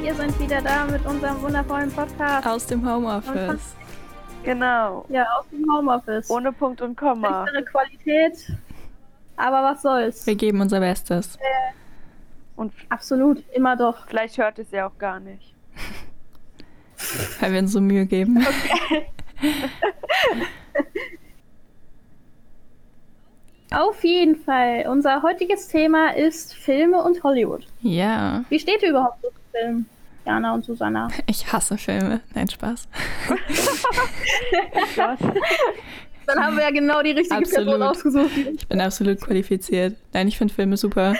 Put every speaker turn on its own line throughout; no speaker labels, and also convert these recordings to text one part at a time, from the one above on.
wir sind wieder da mit unserem wundervollen Podcast.
Aus dem Homeoffice.
Homeoffice.
Genau.
Ja, aus dem Homeoffice.
Ohne Punkt und Komma.
Schlechtere Qualität, aber was soll's.
Wir geben unser Bestes.
Und
Absolut, immer doch.
vielleicht hört es ja auch gar nicht.
Weil wir uns so Mühe geben.
Auf jeden Fall. Unser heutiges Thema ist Filme und Hollywood.
Ja,
Wie steht ihr überhaupt so zu Filmen? Jana und Susanna.
ich hasse Filme. Nein, Spaß.
Dann haben wir ja genau die richtige Person
Absolut.
ausgesucht. die-
Ich bin absolut qualifiziert. Nein, ich finde Filme super.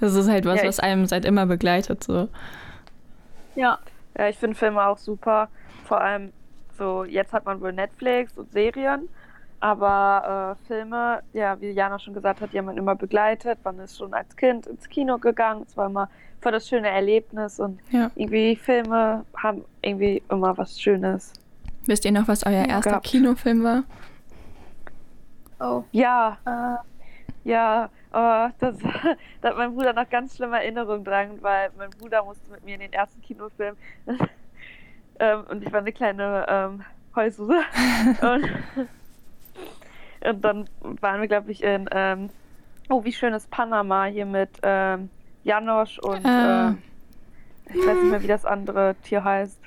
Das ist halt was,
Ja, ich-
was einem seit immer begleitet. So.
Ja,
Ja, ich finde Filme auch super. Vor allem so, jetzt hat man wohl Netflix und Serien. Aber äh, Filme, ja, wie Jana schon gesagt hat, die haben man immer begleitet. Man ist schon als Kind ins Kino gegangen. Es war immer voll das schöne Erlebnis. Und
Ja.
irgendwie Filme haben irgendwie immer was Schönes.
Wisst ihr noch, was euer erster
gehabt.
Kinofilm war?
oh.
Ja,
Äh,
Ja, äh, das, da hat mein Bruder noch ganz schlimme Erinnerungen dran, weil mein Bruder musste mit mir in den ersten Kinofilm ähm, und ich war eine kleine ähm, Heulsuse. und, und dann waren wir, glaube ich, in ähm, Oh, wie schön ist Panama hier mit ähm, Janosch und
Ah.
äh, ich weiß nicht mehr, wie das andere Tier heißt.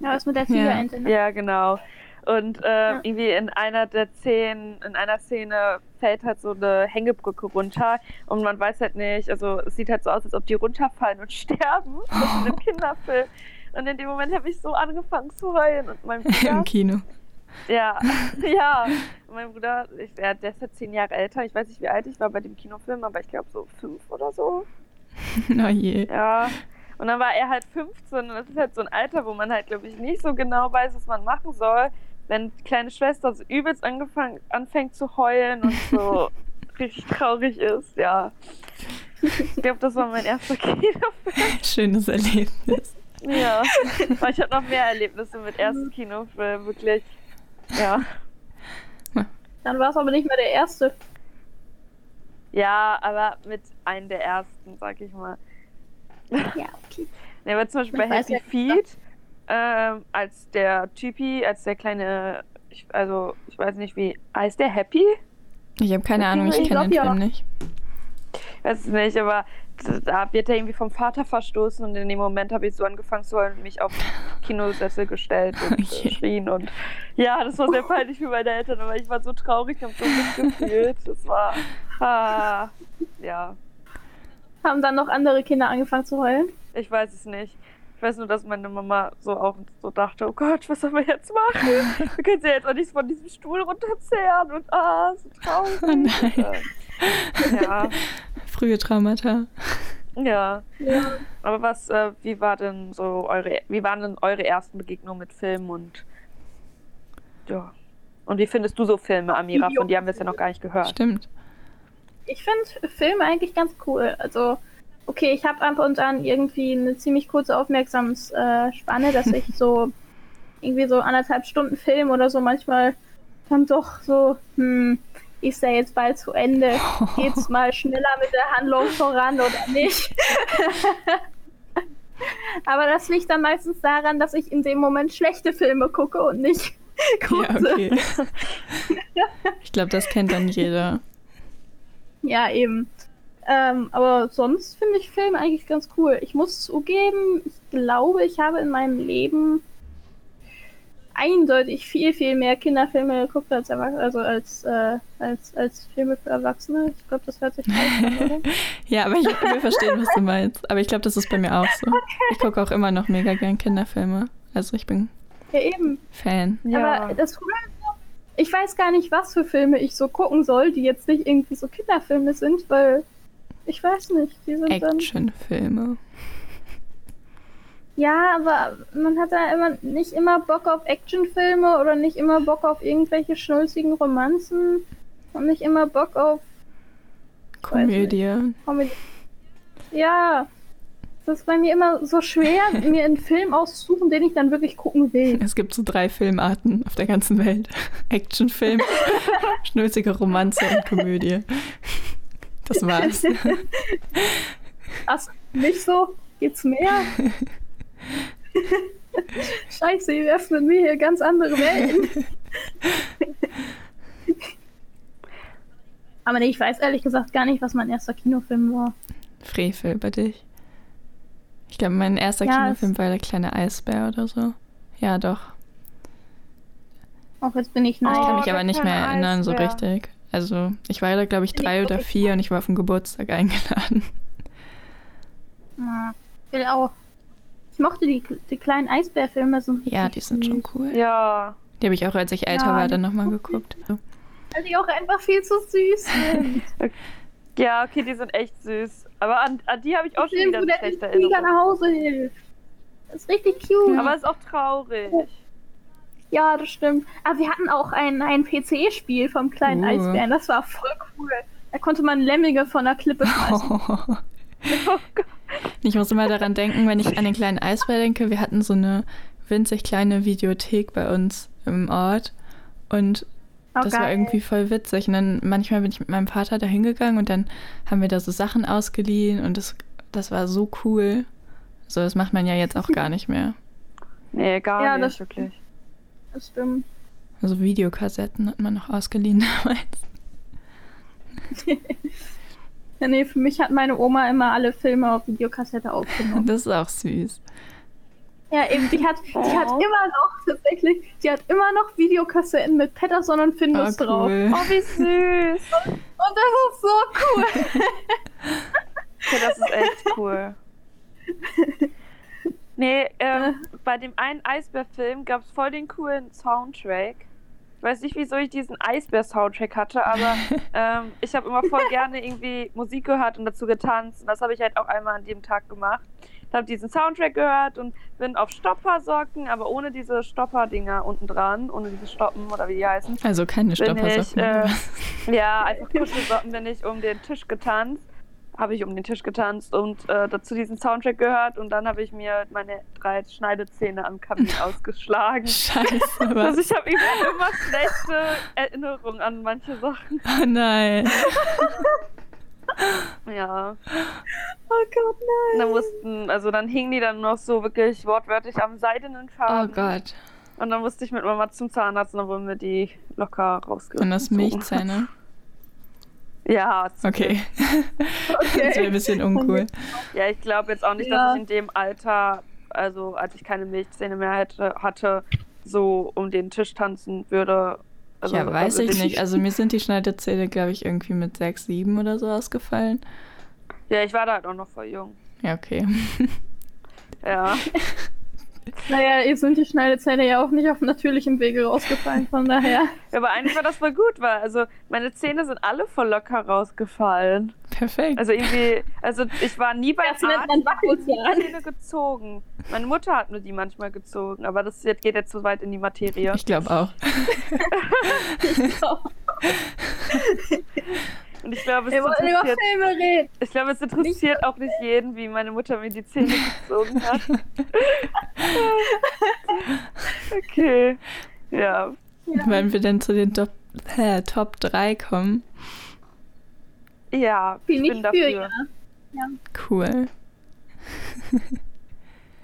ja, was mit der Tigerente. ne?
Ja, genau. Und äh,
Ja.
irgendwie in einer der Szenen, in einer Szene fällt halt so eine Hängebrücke runter und man weiß halt nicht, also es sieht halt so aus, als ob die runterfallen und sterben. Das ist ein Kinderfilm. Und in dem Moment habe ich so angefangen zu heulen und mein Bruder,
Im Kino.
ja, ja, Und mein Bruder, ich, ja, der ist ja zehn Jahre älter, ich weiß nicht wie alt ich war bei dem Kinofilm, aber ich glaube so fünf oder so.
Oh je.
Ja. Und dann war er halt 15 und das ist halt so ein Alter, wo man halt, glaube ich, nicht so genau weiß, was man machen soll, wenn die kleine Schwester so übelst angefangen, anfängt zu heulen und so richtig traurig ist, ja. Ich glaube, das war mein erster Kinofilm.
Schönes Erlebnis.
Ja. Aber ich habe noch mehr Erlebnisse mit ersten Kinofilmen, wirklich. Ja.
Dann war es aber nicht mehr der erste.
Ja, aber mit einem der ersten, sag ich mal.
Ja, okay.
Ne, aber zum Beispiel
Ich
bei
weiß,
Happy Feet, ähm, als der Typi, als der kleine, ich, also ich weiß nicht wie, heißt der Happy?
Ich habe keine Ahnung, ich
Ich glaub,
kenne den
ja.
Film nicht.
Weiß es nicht, aber d- da wird er irgendwie vom Vater verstoßen und in dem Moment habe ich so angefangen zu heulen und mich auf den Kinosessel gestellt und
Oh je.
geschrien und ja, das war
Oh.
sehr peinlich für meine Eltern, aber ich war so traurig und so mitgefühlt. Das war, ah, ja.
Haben dann noch andere Kinder angefangen zu heulen?
Ich weiß es nicht. Ich weiß nur, dass meine Mama so auch so dachte, oh Gott, was sollen wir jetzt machen? Wir können sie jetzt auch nicht von diesem Stuhl runterzerren und ah, so traurig.
Oh nein.
Und, äh, ja,
Frühe Traumata.
ja.
Ja.
Aber was, äh, wie war denn so eure, wie waren denn eure ersten Begegnungen mit Filmen und ja. Und wie findest du so Filme, Amira? Von dir haben wir es ja noch gar nicht gehört.
Stimmt.
Ich finde Filme eigentlich ganz cool. Also, okay, ich habe ab und an irgendwie eine ziemlich kurze Aufmerksamsspanne, dass ich so irgendwie so anderthalb Stunden Film oder so manchmal dann doch so, hm, ist der jetzt bald zu Ende? Geht's mal schneller mit der Handlung voran oder nicht? Aber das liegt dann meistens daran, dass ich in dem Moment schlechte Filme gucke und nicht gute.
Ja, okay. Ich glaube, das kennt dann jeder.
Ja, eben. Ähm, aber sonst finde ich Filme eigentlich ganz cool. Ich muss zugeben, ich glaube, ich habe in meinem Leben eindeutig viel, viel mehr Kinderfilme geguckt als Erwachsene, also als, äh, als, als Filme für Erwachsene. Ich glaube, das hört sich falsch an, oder?
Ja, aber ich, wir verstehen, was du meinst. Aber ich glaube, das ist bei mir auch so. Ich gucke auch immer noch mega gern Kinderfilme. Also ich bin
Ja, eben.
Fan.
Aber das Problem ist noch, ich weiß gar nicht, was für Filme ich so gucken soll, die jetzt nicht irgendwie so Kinderfilme sind, weil ich weiß nicht, die sind dann.
Actionfilme.
Ja, aber man hat da immer nicht immer Bock auf Actionfilme oder nicht immer Bock auf irgendwelche schnulzigen Romanzen und nicht immer Bock auf
Komödie.
Comedy. Ja, das ist bei mir immer so schwer, mir einen Film auszusuchen, den ich dann wirklich gucken will.
Es gibt so drei Filmarten auf der ganzen Welt. Actionfilm, schnulzige Romanze und Komödie. Das war's.
Achso, Nicht so? Gibt's mehr? Scheiße, ihr öffnet mir hier ganz andere Welten. Aber nee, ich weiß ehrlich gesagt gar nicht, was mein erster Kinofilm war.
Frevel bei dich. Ich glaube, mein erster
Ja,
Kinofilm war der kleine Eisbär oder so. Ja, doch.
Auch jetzt bin ich
Oh,
Ich
neu.
kann mich
der
aber nicht mehr
kleine
erinnern so
Eisbär.
richtig. Also, ich war da, glaube ich, drei
Nee,
oder
okay.
vier und ich war auf den Geburtstag eingeladen.
Ja, Ich will auch. Ich mochte die, die kleinen Eisbärfilme so richtig
Ja, die sind schon cool.
Ja.
Die habe ich auch, als ich älter
Ja,
war,
die
dann nochmal
sind
geguckt. So.
Weil die auch einfach viel zu süß sind.
Ja, okay, die sind echt süß. Aber an, an die habe ich auch schon
Film,
wieder
wo
eine
der
schlechte
Tiger
Erinnerung.
nach Hause hilft. Das ist richtig cute.
Aber es ist auch traurig.
Ja, das stimmt. Aber wir hatten auch ein, ein PC-Spiel vom kleinen
Uh.
Eisbären. Das war voll cool. Da konnte man Lemmige von der Klippe schmeißen.
Oh. Ich muss immer daran denken, wenn ich an den kleinen Eisbär denke, wir hatten so eine winzig kleine Videothek bei uns im Ort und
Oh,
das war
geil.
irgendwie voll witzig. Und dann manchmal bin ich mit meinem Vater da hingegangen und dann haben wir da so Sachen ausgeliehen und das, das war so cool. So, das macht man ja jetzt auch gar nicht mehr.
Nee, gar
Ja,
nicht.
das
wirklich.
Das stimmt.
Also Videokassetten hat man noch ausgeliehen damals.
Ja, nee, für mich hat meine Oma immer alle Filme auf Videokassette aufgenommen.
Das ist auch süß.
ja, eben, die hat, die hat
Oh.
immer noch, tatsächlich, die hat immer noch Videokassetten mit Patterson und Findus
Oh,
drauf.
cool.
Oh, wie süß.
Und das ist so cool.
Okay, das ist echt cool. Nee, ähm, bei dem einen Eisbär-Film gab es voll den coolen Soundtrack. Ich weiß nicht, wieso ich diesen Eisbär-Soundtrack hatte, aber ähm, ich habe immer voll gerne irgendwie Musik gehört und dazu getanzt. Und das habe ich halt auch einmal an dem Tag gemacht. Ich habe diesen Soundtrack gehört und bin auf Stoppersocken, aber ohne diese Stopper-Dinger unten dran, ohne diese Stoppen oder wie die heißen.
Also keine
Bin ich,
Stoppersocken.
äh,
oder was?
Ja, einfach Kuschelsocken bin ich um den Tisch getanzt. Habe ich um den Tisch getanzt und äh, dazu diesen Soundtrack gehört und dann habe ich mir meine drei Schneidezähne am Kamin ausgeschlagen.
Scheiße, was?
Also ich habe irgendwie immer schlechte Erinnerungen an manche Sachen.
Oh nein.
Ja.
Oh Gott, nein.
Und dann mussten, also dann hingen die dann noch so wirklich wortwörtlich am seidenen
Oh
Faden.
Gott.
Und dann musste ich mit Mama zum Zahnarzt und dann wurden mir die locker rausgezogen.
Und das Milchzähne.
Ja, zum Glück.
Okay. Das wäre ein
Okay.
bisschen uncool.
Ja, ich glaube jetzt auch nicht,
Ja.
dass ich in dem Alter, also als ich keine Milchzähne mehr hätte, hatte, so um den Tisch tanzen würde. Also,
ja, weiß
also
ich
wirklich-
nicht. Also mir sind die Schneidezähne, glaube ich, irgendwie mit sechs, sieben oder so ausgefallen.
Ja, ich war da halt auch noch voll jung.
Ja, okay.
Ja.
Naja, ihr sind die Schneidezähne ja auch nicht auf natürlichem Wege rausgefallen, von daher.
Aber eigentlich war das voll gut, weil also meine Zähne sind alle voll locker rausgefallen.
Perfekt.
Also irgendwie, also ich war nie bei
Das nennt man Wackelzahn.
Zähne gezogen. Meine Mutter hat mir die manchmal gezogen, aber das jetzt- geht jetzt so weit in die Materie.
ich glaube auch.
Und ich glaube, es
Wir wollen über
interessiert
Filme reden.
Ich glaube, es interessiert auch nicht jeden, wie meine Mutter mir die Zähne gezogen hat. okay. Ja.
Wenn wir denn zu den Top, äh, Top 3 kommen.
Ja,
Bin
ich
ich
bin
für,
dafür.
ja.
Cool.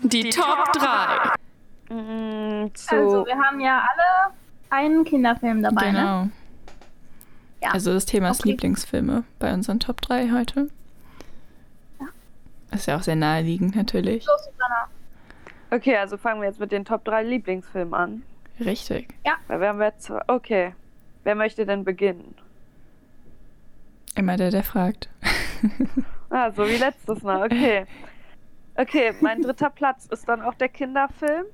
Die Top 3.
Mm, so.
Also, wir haben ja alle einen Kinderfilm dabei, ne?
Genau.
Ja.
Also das Thema ist
Okay.
Lieblingsfilme bei unseren Top 3 heute. Ist ja auch sehr naheliegend natürlich.
Los, Susanna.
okay, also fangen wir jetzt mit den Top 3 Lieblingsfilmen an.
Richtig.
Weil wir haben jetzt zwei. Okay. Wer möchte denn beginnen?
Immer der, der fragt.
Ah, so wie letztes Mal. Okay. Okay, mein dritter Platz ist dann auch der Kinderfilm.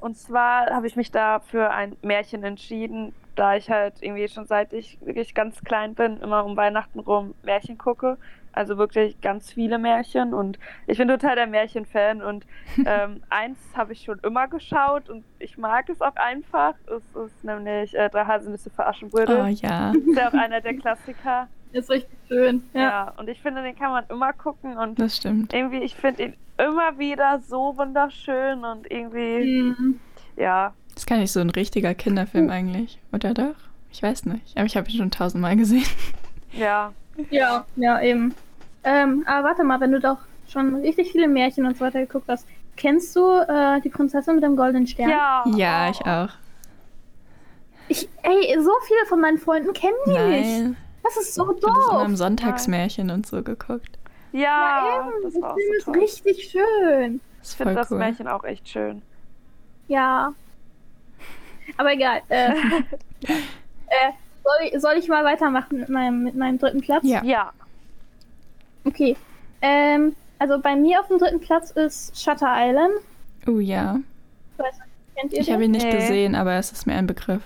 Und zwar habe ich mich da für ein Märchen entschieden, da ich halt irgendwie schon seit ich wirklich ganz klein bin, immer um Weihnachten rum Märchen gucke. Also wirklich ganz viele Märchen und ich bin total der Märchenfan und ähm, eins habe ich schon immer geschaut und ich mag es auch einfach. Es ist nämlich äh, Drei Haselnüsse für
Oh
Aschenbrödel.
ja.
Ist ja auch einer der Klassiker.
Ist richtig schön.
Ja.
Ja.
und ich finde, den kann man immer gucken und
Das stimmt.
irgendwie, ich finde ihn immer wieder so wunderschön und irgendwie,
Hm.
ja.
Das ist gar nicht so ein richtiger Kinderfilm eigentlich. Oder doch? Ich weiß nicht. Aber ich habe ihn schon tausendmal gesehen.
Ja,
ja, ja, eben. Ähm, aber warte mal, wenn du doch schon richtig viele Märchen und so weiter geguckt hast. Kennst du äh, die Prinzessin mit dem goldenen Stern?
Ja. Oh.
Ja, ich auch.
Ich, ey, so viele von meinen Freunden kennen die nicht.
Nein.
Das ist so
Ich habe das immer
doof.
im Sonntagsmärchen und so geguckt.
Ja,
eben,
Ah, das
der
war auch
Film
so
ist
toll.
richtig schön.
Das
Ich
ist
finde
voll
das
cool.
Märchen auch echt schön.
Ja. Aber egal. Äh, äh, soll, ich, soll ich mal weitermachen mit meinem, mit meinem dritten Platz?
Ja.
Ja.
Okay. Ähm, also bei mir auf dem dritten Platz ist Shutter Island.
Oh ja.
Kennt ihr
Ich
den?
habe ihn nicht
Nee.
gesehen, aber es ist mir ein Begriff.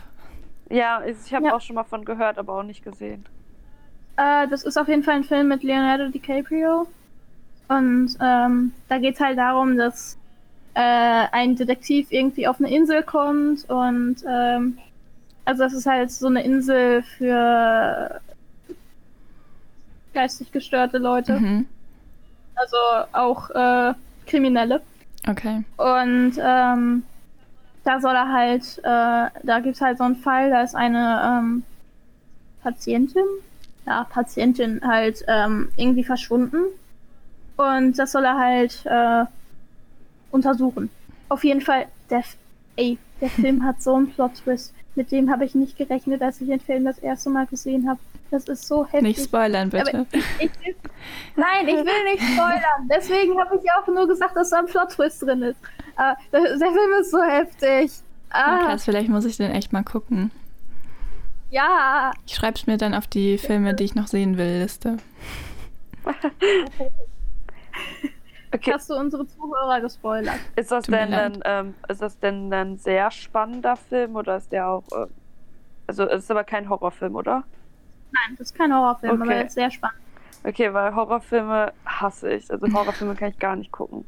Ja, ich habe
Ja.
auch schon mal von gehört, aber auch nicht gesehen.
Äh, das ist auf jeden Fall ein Film mit Leonardo DiCaprio. Und ähm, da geht es halt darum, dass äh, ein Detektiv irgendwie auf eine Insel kommt und ähm, also das ist halt so eine Insel für geistig gestörte Leute,
Mhm.
also auch äh, Kriminelle.
Okay.
Und ähm, da soll er halt, äh, da gibt's halt so einen Fall, da ist eine ähm, Patientin, ja, Patientin halt ähm, irgendwie verschwunden. Und das soll er halt äh, untersuchen. Auf jeden Fall, der, F- ey, der Film hat so einen Plot-Twist. Mit dem habe ich nicht gerechnet, als ich den Film das erste Mal gesehen habe. Das ist so heftig.
Nicht spoilern, bitte.
Ich will, nein, ich will nicht spoilern. Deswegen habe ich auch nur gesagt, dass da ein Plot-Twist drin ist. Aber der, der Film ist so heftig.
Ah.
Ah,
Krass, vielleicht muss ich den echt mal gucken.
ja.
Ich schreibe es mir dann auf die Filme, die ich noch sehen will, Liste.
Okay,
Hast du unsere Zuhörer gespoilert?
ist das
Tut mir
denn ein, ähm, ist das denn ein sehr spannender Film oder ist der auch äh, also es ist aber kein Horrorfilm, oder?
Nein, das ist kein Horrorfilm, aber
Okay.
das ist sehr spannend.
Okay, weil Horrorfilme hasse ich. Also Horrorfilme kann ich gar nicht gucken.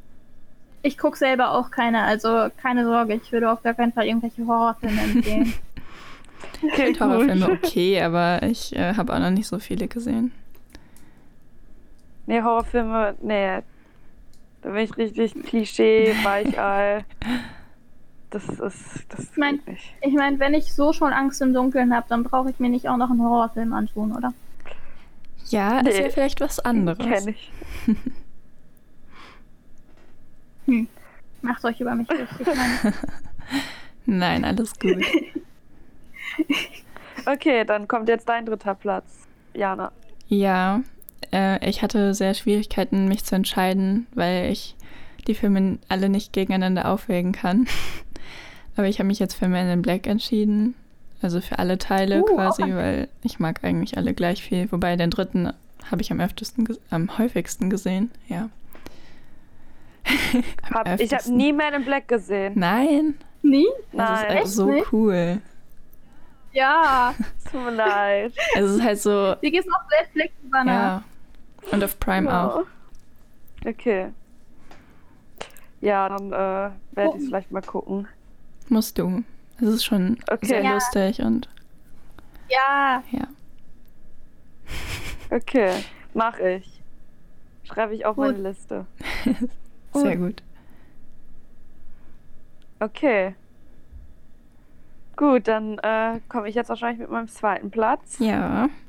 Ich gucke selber auch keine, also keine Sorge, ich würde auf gar keinen Fall irgendwelche Horrorfilme empfehlen.
Okay,
Ich Horrorfilme okay, aber ich äh, habe auch noch nicht so viele gesehen.
Nee, Horrorfilme, nee. Da bin ich richtig Klischee, Weichei. Das ist. Das
Ich mein-
geht nicht.
ich meine, wenn ich so schon Angst im Dunkeln habe, dann brauche ich mir nicht auch noch einen Horrorfilm anschauen, oder?
Ja, ist
Nee.
ja vielleicht was
Kenn
anderes.
ich.
Macht euch über mich richtig. Meine,
Nein, alles gut.
Okay, dann kommt jetzt dein dritter Platz, Jana.
Ja, äh, ich hatte sehr Schwierigkeiten, mich zu entscheiden, weil ich die Filme alle nicht gegeneinander aufwägen kann. Aber ich habe mich jetzt für Men in Black entschieden. Also für alle Teile
Uh, auch
quasi,
ein-
weil ich mag eigentlich alle gleich viel. Wobei den dritten habe ich am öftesten, ges- am häufigsten gesehen. Ja. Am
Hab, ich habe
öftesten.
nie Man in Black gesehen.
Nein,
nie?
das ist
Nein,
einfach
Echt
so
nicht?
cool.
Ja.
tut mir leid.
Es ist halt so,
Wie geht's noch Netflix, Banner?
ja. Und auf Prime auch.
Okay. Ja, dann äh, werde ich
Gucken.
vielleicht mal gucken.
Musst du. Es ist schon
Okay.
sehr
Ja.
lustig und
Ja.
ja.
Okay, mach ich. Schreibe ich auf
Gut.
meine Liste.
Sehr
Oh.
gut.
Okay. Gut, dann äh, komme ich jetzt wahrscheinlich mit meinem zweiten Platz.
Ja.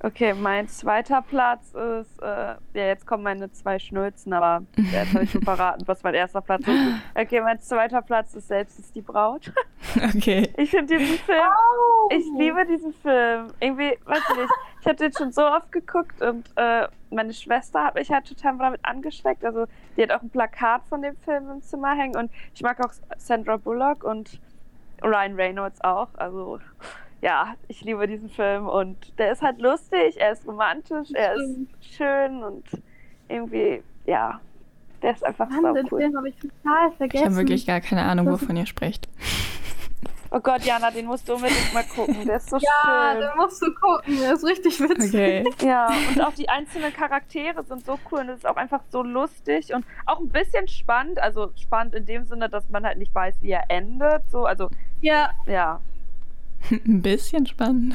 Okay, mein zweiter Platz ist. Äh, ja, jetzt kommen meine zwei Schnulzen, aber jetzt habe ich schon verraten, was mein erster Platz ist. Okay, mein zweiter Platz ist Selbst ist die Braut.
Okay.
Ich finde diesen Film.
Oh.
Ich liebe diesen Film. Irgendwie, weiß ich nicht. Ich habe den schon so oft geguckt und äh, meine Schwester hat mich halt total damit angesteckt. Also, die hat auch ein Plakat von dem Film im Zimmer hängen und ich mag auch Sandra Bullock und Ryan Reynolds auch. Also, ja, ich liebe diesen Film und der ist halt lustig, er ist romantisch, er ist schön und irgendwie, ja, der ist einfach
Mann,
so
den
cool.
Film habe ich total
Ich
vergessen.
habe wirklich gar keine Ahnung,
Das ist-
wovon ihr sprecht.
Oh Gott, Jana, den musst du unbedingt mal gucken. Der ist so
ja,
schön.
da musst du gucken. Das ist richtig witzig.
Okay.
Ja, und auch die einzelnen Charaktere sind so cool und es ist auch einfach so lustig und auch ein bisschen spannend. Also spannend in dem Sinne, dass man halt nicht weiß, wie er endet. So, also
Ja,
ja,
Ein bisschen spannend.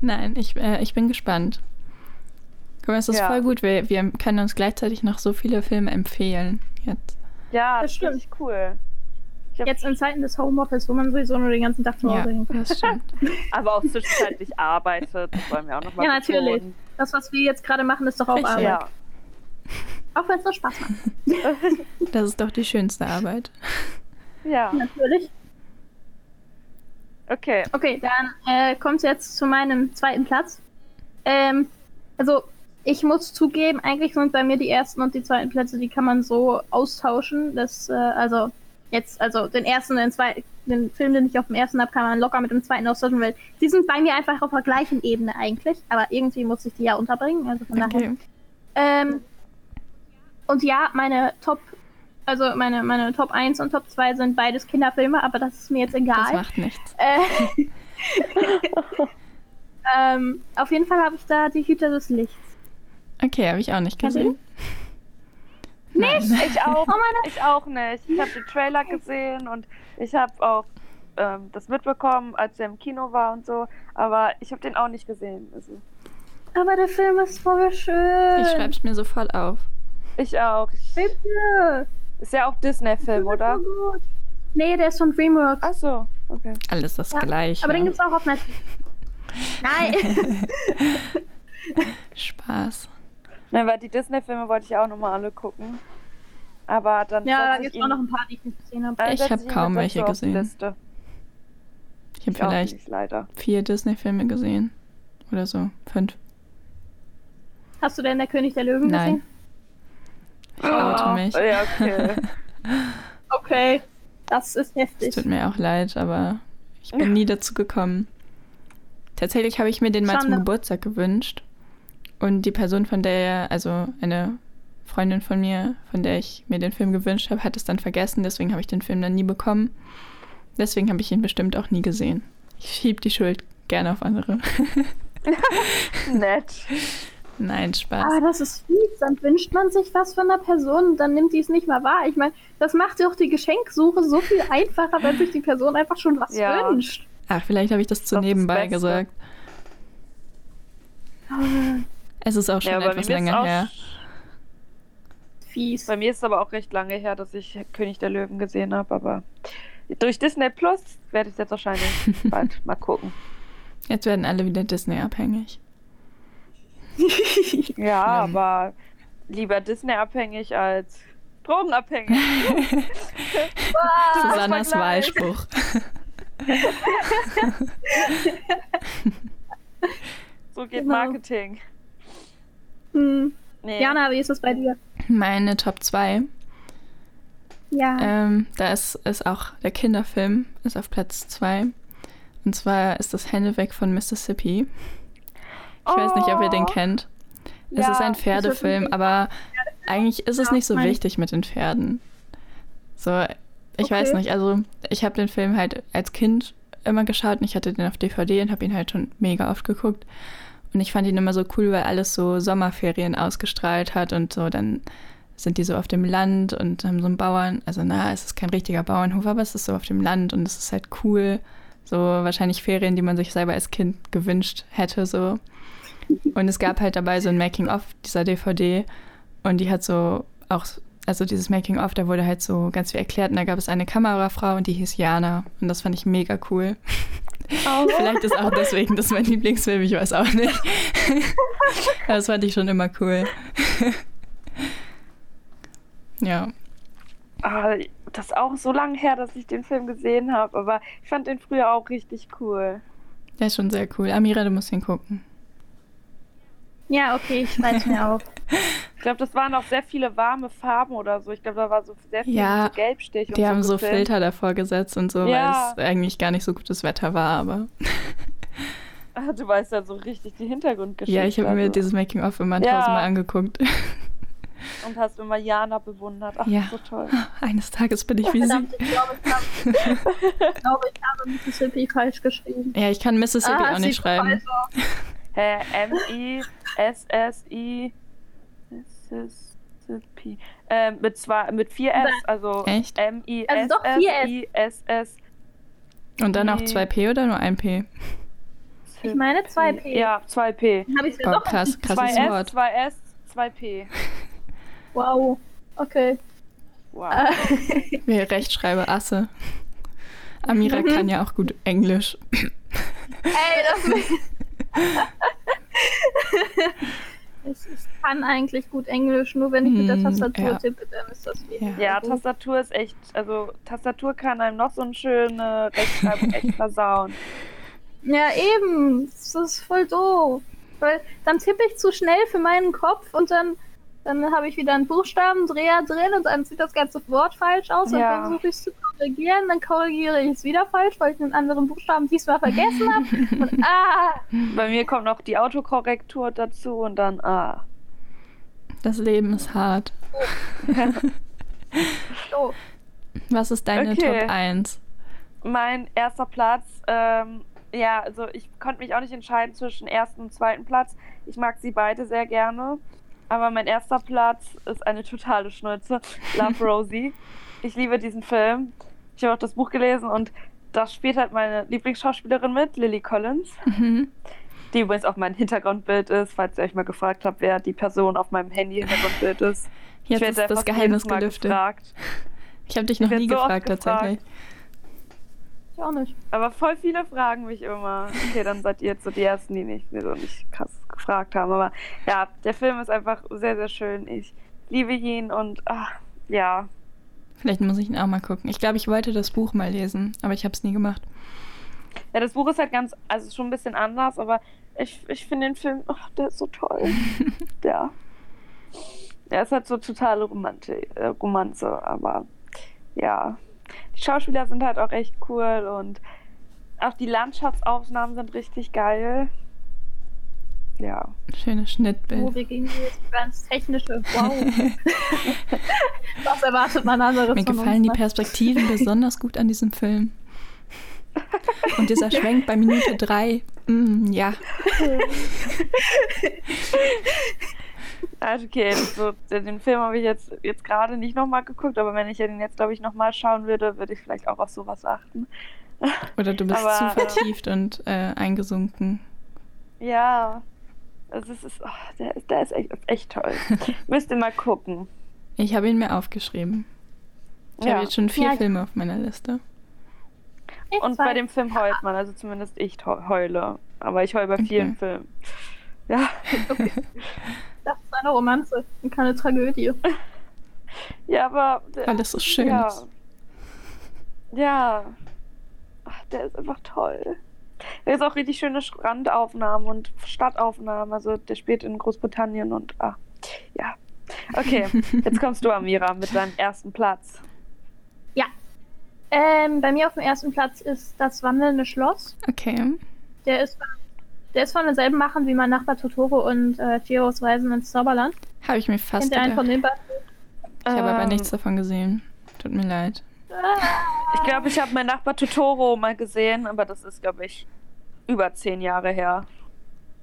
Nein, ich, äh, ich bin gespannt. Guck mal, es ist
Ja.
voll gut. Wir, wir können uns gleichzeitig noch so viele Filme empfehlen. Jetzt.
ja,
Das
das, ist richtig cool. Ich hab,
jetzt in Zeiten des Homeoffice, wo man sowieso nur den ganzen Tag zu
Ja,
Hause hängt.
das stimmt.
aber auch zwischenzeitlich arbeitet. Das wollen wir auch nochmal
Ja, natürlich.
betonen.
Das, was wir jetzt gerade machen, ist doch auch
Richtig.
Arbeit.
Ja.
Auch wenn es nur Spaß macht.
Das ist doch die schönste Arbeit.
ja,
Natürlich.
okay.
Okay, dann äh, kommt jetzt zu meinem zweiten Platz. Ähm, also, ich muss zugeben, eigentlich sind bei mir die ersten und die zweiten Plätze, die kann man so austauschen. Dass, äh, also, jetzt, also den ersten und den zweiten, den Film, den ich auf dem ersten habe, kann man locker mit dem zweiten austauschen, weil die sind bei mir einfach auf der gleichen Ebene eigentlich. Aber irgendwie muss ich die ja unterbringen. Also von daher.
Okay.
Ähm, und ja, meine Top, also meine, meine Top 1 und Top 2 sind beides Kinderfilme, aber das ist mir jetzt
Das
egal.
macht nichts.
Äh, ähm, auf jeden Fall habe ich da die Hüter des Lichts.
Okay, habe ich auch nicht
Kennst du
gesehen. Nein.
Ich auch,
Oh mein
ich auch nicht. Ich habe den Trailer gesehen und ich habe auch ähm, das mitbekommen, als er im Kino war und so. Aber ich habe den auch nicht gesehen. Also,
Aber der Film ist voll schön.
Ich schreibe es mir sofort auf.
ich auch. Ich,
Bitte.
ist ja auch Disney-Film, oder?
So gut. Nee, der ist von Dreamworks.
Ach so, okay.
Alles das
Ja,
gleiche.
Aber den gibt's auch auf Netflix. Nein.
Spaß.
Nein, weil die Disney-Filme wollte ich auch nochmal alle gucken. Aber dann.
ja, da
setz ich
gibt's
ihn-
auch noch ein paar, die ich nicht gesehen habe.
äh,
Ich
setz
hab
ihn
kaum
mit
welche
dazu auf die
gesehen.
Liste.
Ich habe
Ich auch
vielleicht
nicht, leider.
vier Disney-Filme gesehen. Oder so. Fünf.
Hast du denn der König der Löwen
Nein.
gesehen?
Ich oute mich.
Ah, Ja, okay.
Okay. Das ist
Es
heftig.
tut mir auch leid, aber ich bin nie dazu gekommen. Tatsächlich habe ich mir den mal
Schande.
zum Geburtstag gewünscht. Und die Person, von der, also eine Freundin von mir, von der ich mir den Film gewünscht habe, hat es dann vergessen. Deswegen habe ich den Film dann nie bekommen. Deswegen habe ich ihn bestimmt auch nie gesehen. Ich schieb die Schuld gerne auf andere.
Nett.
Nein, Spaß.
Ah.
Aber Ah, das ist fies. Dann wünscht man sich was von der Person und dann nimmt die es nicht mal wahr. Ich meine, das macht doch die Geschenksuche so viel einfacher, wenn sich die Person einfach schon was
Ja.
wünscht.
Ach, vielleicht habe ich das zu
Doch, das
nebenbei
Beste.
gesagt.
Ah,
Es ist auch schon
Ja, bei mir
etwas
ist
länger
auch
her.
Fies.
Bei mir ist es aber auch recht lange her, dass ich König der Löwen gesehen habe, aber durch Disney Plus werde ich es jetzt wahrscheinlich bald mal gucken.
Jetzt werden alle wieder Disney-abhängig.
Ja,
Schlimm.
aber lieber Disney abhängig als drogenabhängig. Ah,
Susannas
Vergleich.
Wahlspruch.
So geht
Genau.
Marketing.
Hm.
Nee.
Jana, wie ist das bei dir?
Meine Top 2.
Ja.
Ah.
Ähm, da ist, ist auch der Kinderfilm, ist auf Platz 2. Und zwar ist das Hände weg von Mississippi. Ich weiß nicht, ob ihr den
Oh.
kennt. es
Ja,
ist ein
ich würd
Pferdefilm,
unbedingt-
aber eigentlich ist es
Ja,
nicht so
mein-
wichtig mit den Pferden. So, ich weiß
Okay.
nicht. Also, ich habe den Film halt als Kind immer geschaut und ich hatte den auf DVD und habe ihn halt schon mega oft geguckt. Und ich fand ihn immer so cool, weil alles so Sommerferien ausgestrahlt hat und so. Dann sind die so auf dem Land und haben so einen Bauern. Also, na, es ist kein richtiger Bauernhof, aber es ist so auf dem Land und es ist halt cool. So wahrscheinlich Ferien, die man sich selber als Kind gewünscht hätte, so. Und es gab halt dabei so ein Making-of dieser DVD und die hat so auch, also dieses Making-of, da wurde halt so ganz viel erklärt und da gab es eine Kamerafrau und die hieß Jana und das fand ich mega cool.
Oh.
Vielleicht ist auch deswegen das mein Lieblingsfilm, ich weiß auch nicht. Aber das fand ich schon immer cool. ja,
Ah, das ist auch so lange her, dass ich den Film gesehen habe, aber ich fand den früher auch richtig cool.
der ist schon sehr cool. Amira, du musst ihn gucken.
ja, okay, ich schreibe mir auf.
Ich glaube, das waren auch sehr viele warme Farben oder so. Ich glaube, da war so sehr viel
Ja,
so Gelbstich und
Die haben so
gefilmt.
Filter davor gesetzt und so,
Ja.
weil es eigentlich gar nicht so gutes Wetter war, aber
Ah, Du weißt ja so richtig die Hintergrundgeschichte.
ja, ich habe mir
also.
dieses Making-of immer
Ja.
tausendmal angeguckt.
Und hast immer Jana bewundert. Ach,
Ja.
so toll.
Eines Tages bin ich wie sie.
Verdammt, ich glaube, ich habe, ich glaube, ich habe Mississippi falsch geschrieben.
Ja, ich kann Mississippi
Ah,
auch
es
nicht
sieht
schreiben.
falsch aus.
Hä, M-I-S-S-I. Mississippi. Ähm, mit, zwei, mit vier S, also
Echt?
Also doch vier
M-I-S-S-I-S-S.
Und dann auch
Nee.
2P oder nur 1P?
Ich meine 2P.
Ja, 2P.
Habe ich mir
Boah,
doch.
Oh, krass, krasses
2S,
Wort.
2S, 2P.
Wow. Okay. Ah.
Wow.
Wer rechtschreibe Asse. Amira
Mhm.
kann ja auch gut Englisch.
Ey, das ist. es ist kann eigentlich gut Englisch, nur wenn ich mit der
Hm,
Tastatur
ja.
tippe, dann ist das wie.
Ja.
Ja, Tastatur ist echt, also Tastatur kann einem noch so eine schöne Rechtschreibung echt versauen.
Ja, eben. Das ist voll doof. Weil dann tippe ich zu schnell für meinen Kopf und dann, dann habe ich wieder einen Buchstabendreher drin und dann sieht das ganze Wort falsch aus und
Ja.
dann versuche ich es zu korrigieren, dann korrigiere ich es wieder falsch, weil ich einen anderen Buchstaben diesmal vergessen habe. Und ah,
Bei mir kommt noch die Autokorrektur dazu und dann, ah.
Das Leben ist hart.
doof.
Was ist deine
Okay.
Top 1?
Mein erster Platz, ähm, ja, also ich konnte mich auch nicht entscheiden zwischen ersten und zweiten Platz. Ich mag sie beide sehr gerne. Aber mein erster Platz ist eine totale Schnulze. Love Rosie. Ich liebe diesen Film. Ich habe auch das Buch gelesen und da spielt halt meine Lieblingsschauspielerin mit, Lily Collins.
Mhm.
Die übrigens auch mein Hintergrundbild ist, falls ihr euch mal gefragt habt, wer die Person auf meinem Handy-Hintergrundbild ist.
Jetzt
werde
ist
da
das
fast
Geheimnis
jedes Mal
gelüftet.
Gefragt.
Ich habe dich noch
werd
nie
so oft
gefragt, tatsächlich.
Ich auch nicht.
Aber voll viele fragen mich immer. Okay, dann seid ihr jetzt so die Ersten, die nicht, die so nicht krass gefragt haben. Aber ja, der Film ist einfach sehr, sehr schön. Ich liebe ihn und ah, ja.
Vielleicht muss ich ihn auch mal gucken. Ich glaube, ich wollte das Buch mal lesen, aber ich habe es nie gemacht.
Ja, das Buch ist halt ganz, also schon ein bisschen anders, aber ich, ich finde den Film, ach, der ist so toll. ja. Er ist halt so totale Romantik, äh, Romanze, aber ja. Die Schauspieler sind halt auch echt cool und auch die Landschaftsaufnahmen sind richtig geil. Ja.
Schönes
Oh,
Schnittbild.
wir gehen hier jetzt ganz technische. Wow. Was erwartet man anderes?
Mir
von
gefallen die
uns, ne?
Perspektiven besonders gut an diesem Film. Und dieser Schwenk bei Minute 3. Mm, ja.
Also okay, so, den Film habe ich jetzt, jetzt gerade nicht nochmal geguckt, aber wenn ich den jetzt, glaube ich, nochmal schauen würde, würde ich vielleicht auch auf sowas achten.
Oder du bist
Aber,
zu
äh,
vertieft und äh, eingesunken.
Ja, also es ist, oh, der, ist- der ist echt, ist echt toll. Müsst ihr mal gucken.
Ich habe ihn mir aufgeschrieben. Ich
Ja.
habe jetzt schon vier
Ja.
Filme auf meiner Liste.
Ich
Und
zeig-
bei dem Film heult man, also zumindest ich heu- heule. Aber ich heule bei vielen
Okay.
Filmen. Ja,
Das ist eine Romanze und keine Tragödie.
ja, aber der,
Weil Ah, das so schön
ja.
ist.
Ja. Ach, der ist einfach toll. Der ist auch richtig schöne Strandaufnahmen und Stadtaufnahmen. Also der spielt in Großbritannien und ah, ja. Okay, jetzt kommst du, Amira, mit deinem ersten Platz.
Ähm, bei mir auf dem ersten Platz ist das wandelnde Schloss.
Okay.
Der ist, der ist von denselben Machen wie mein Nachbar Totoro und äh, Giros Reisen ins Zauberland.
Habe ich mir fast
Kennt ihr einen
gedacht.
von den beiden?
Ich habe aber
Ähm,
nichts davon gesehen. Tut mir leid.
Ich glaube, ich habe meinen Nachbar Totoro mal gesehen, aber das ist, glaube ich, über zehn Jahre her.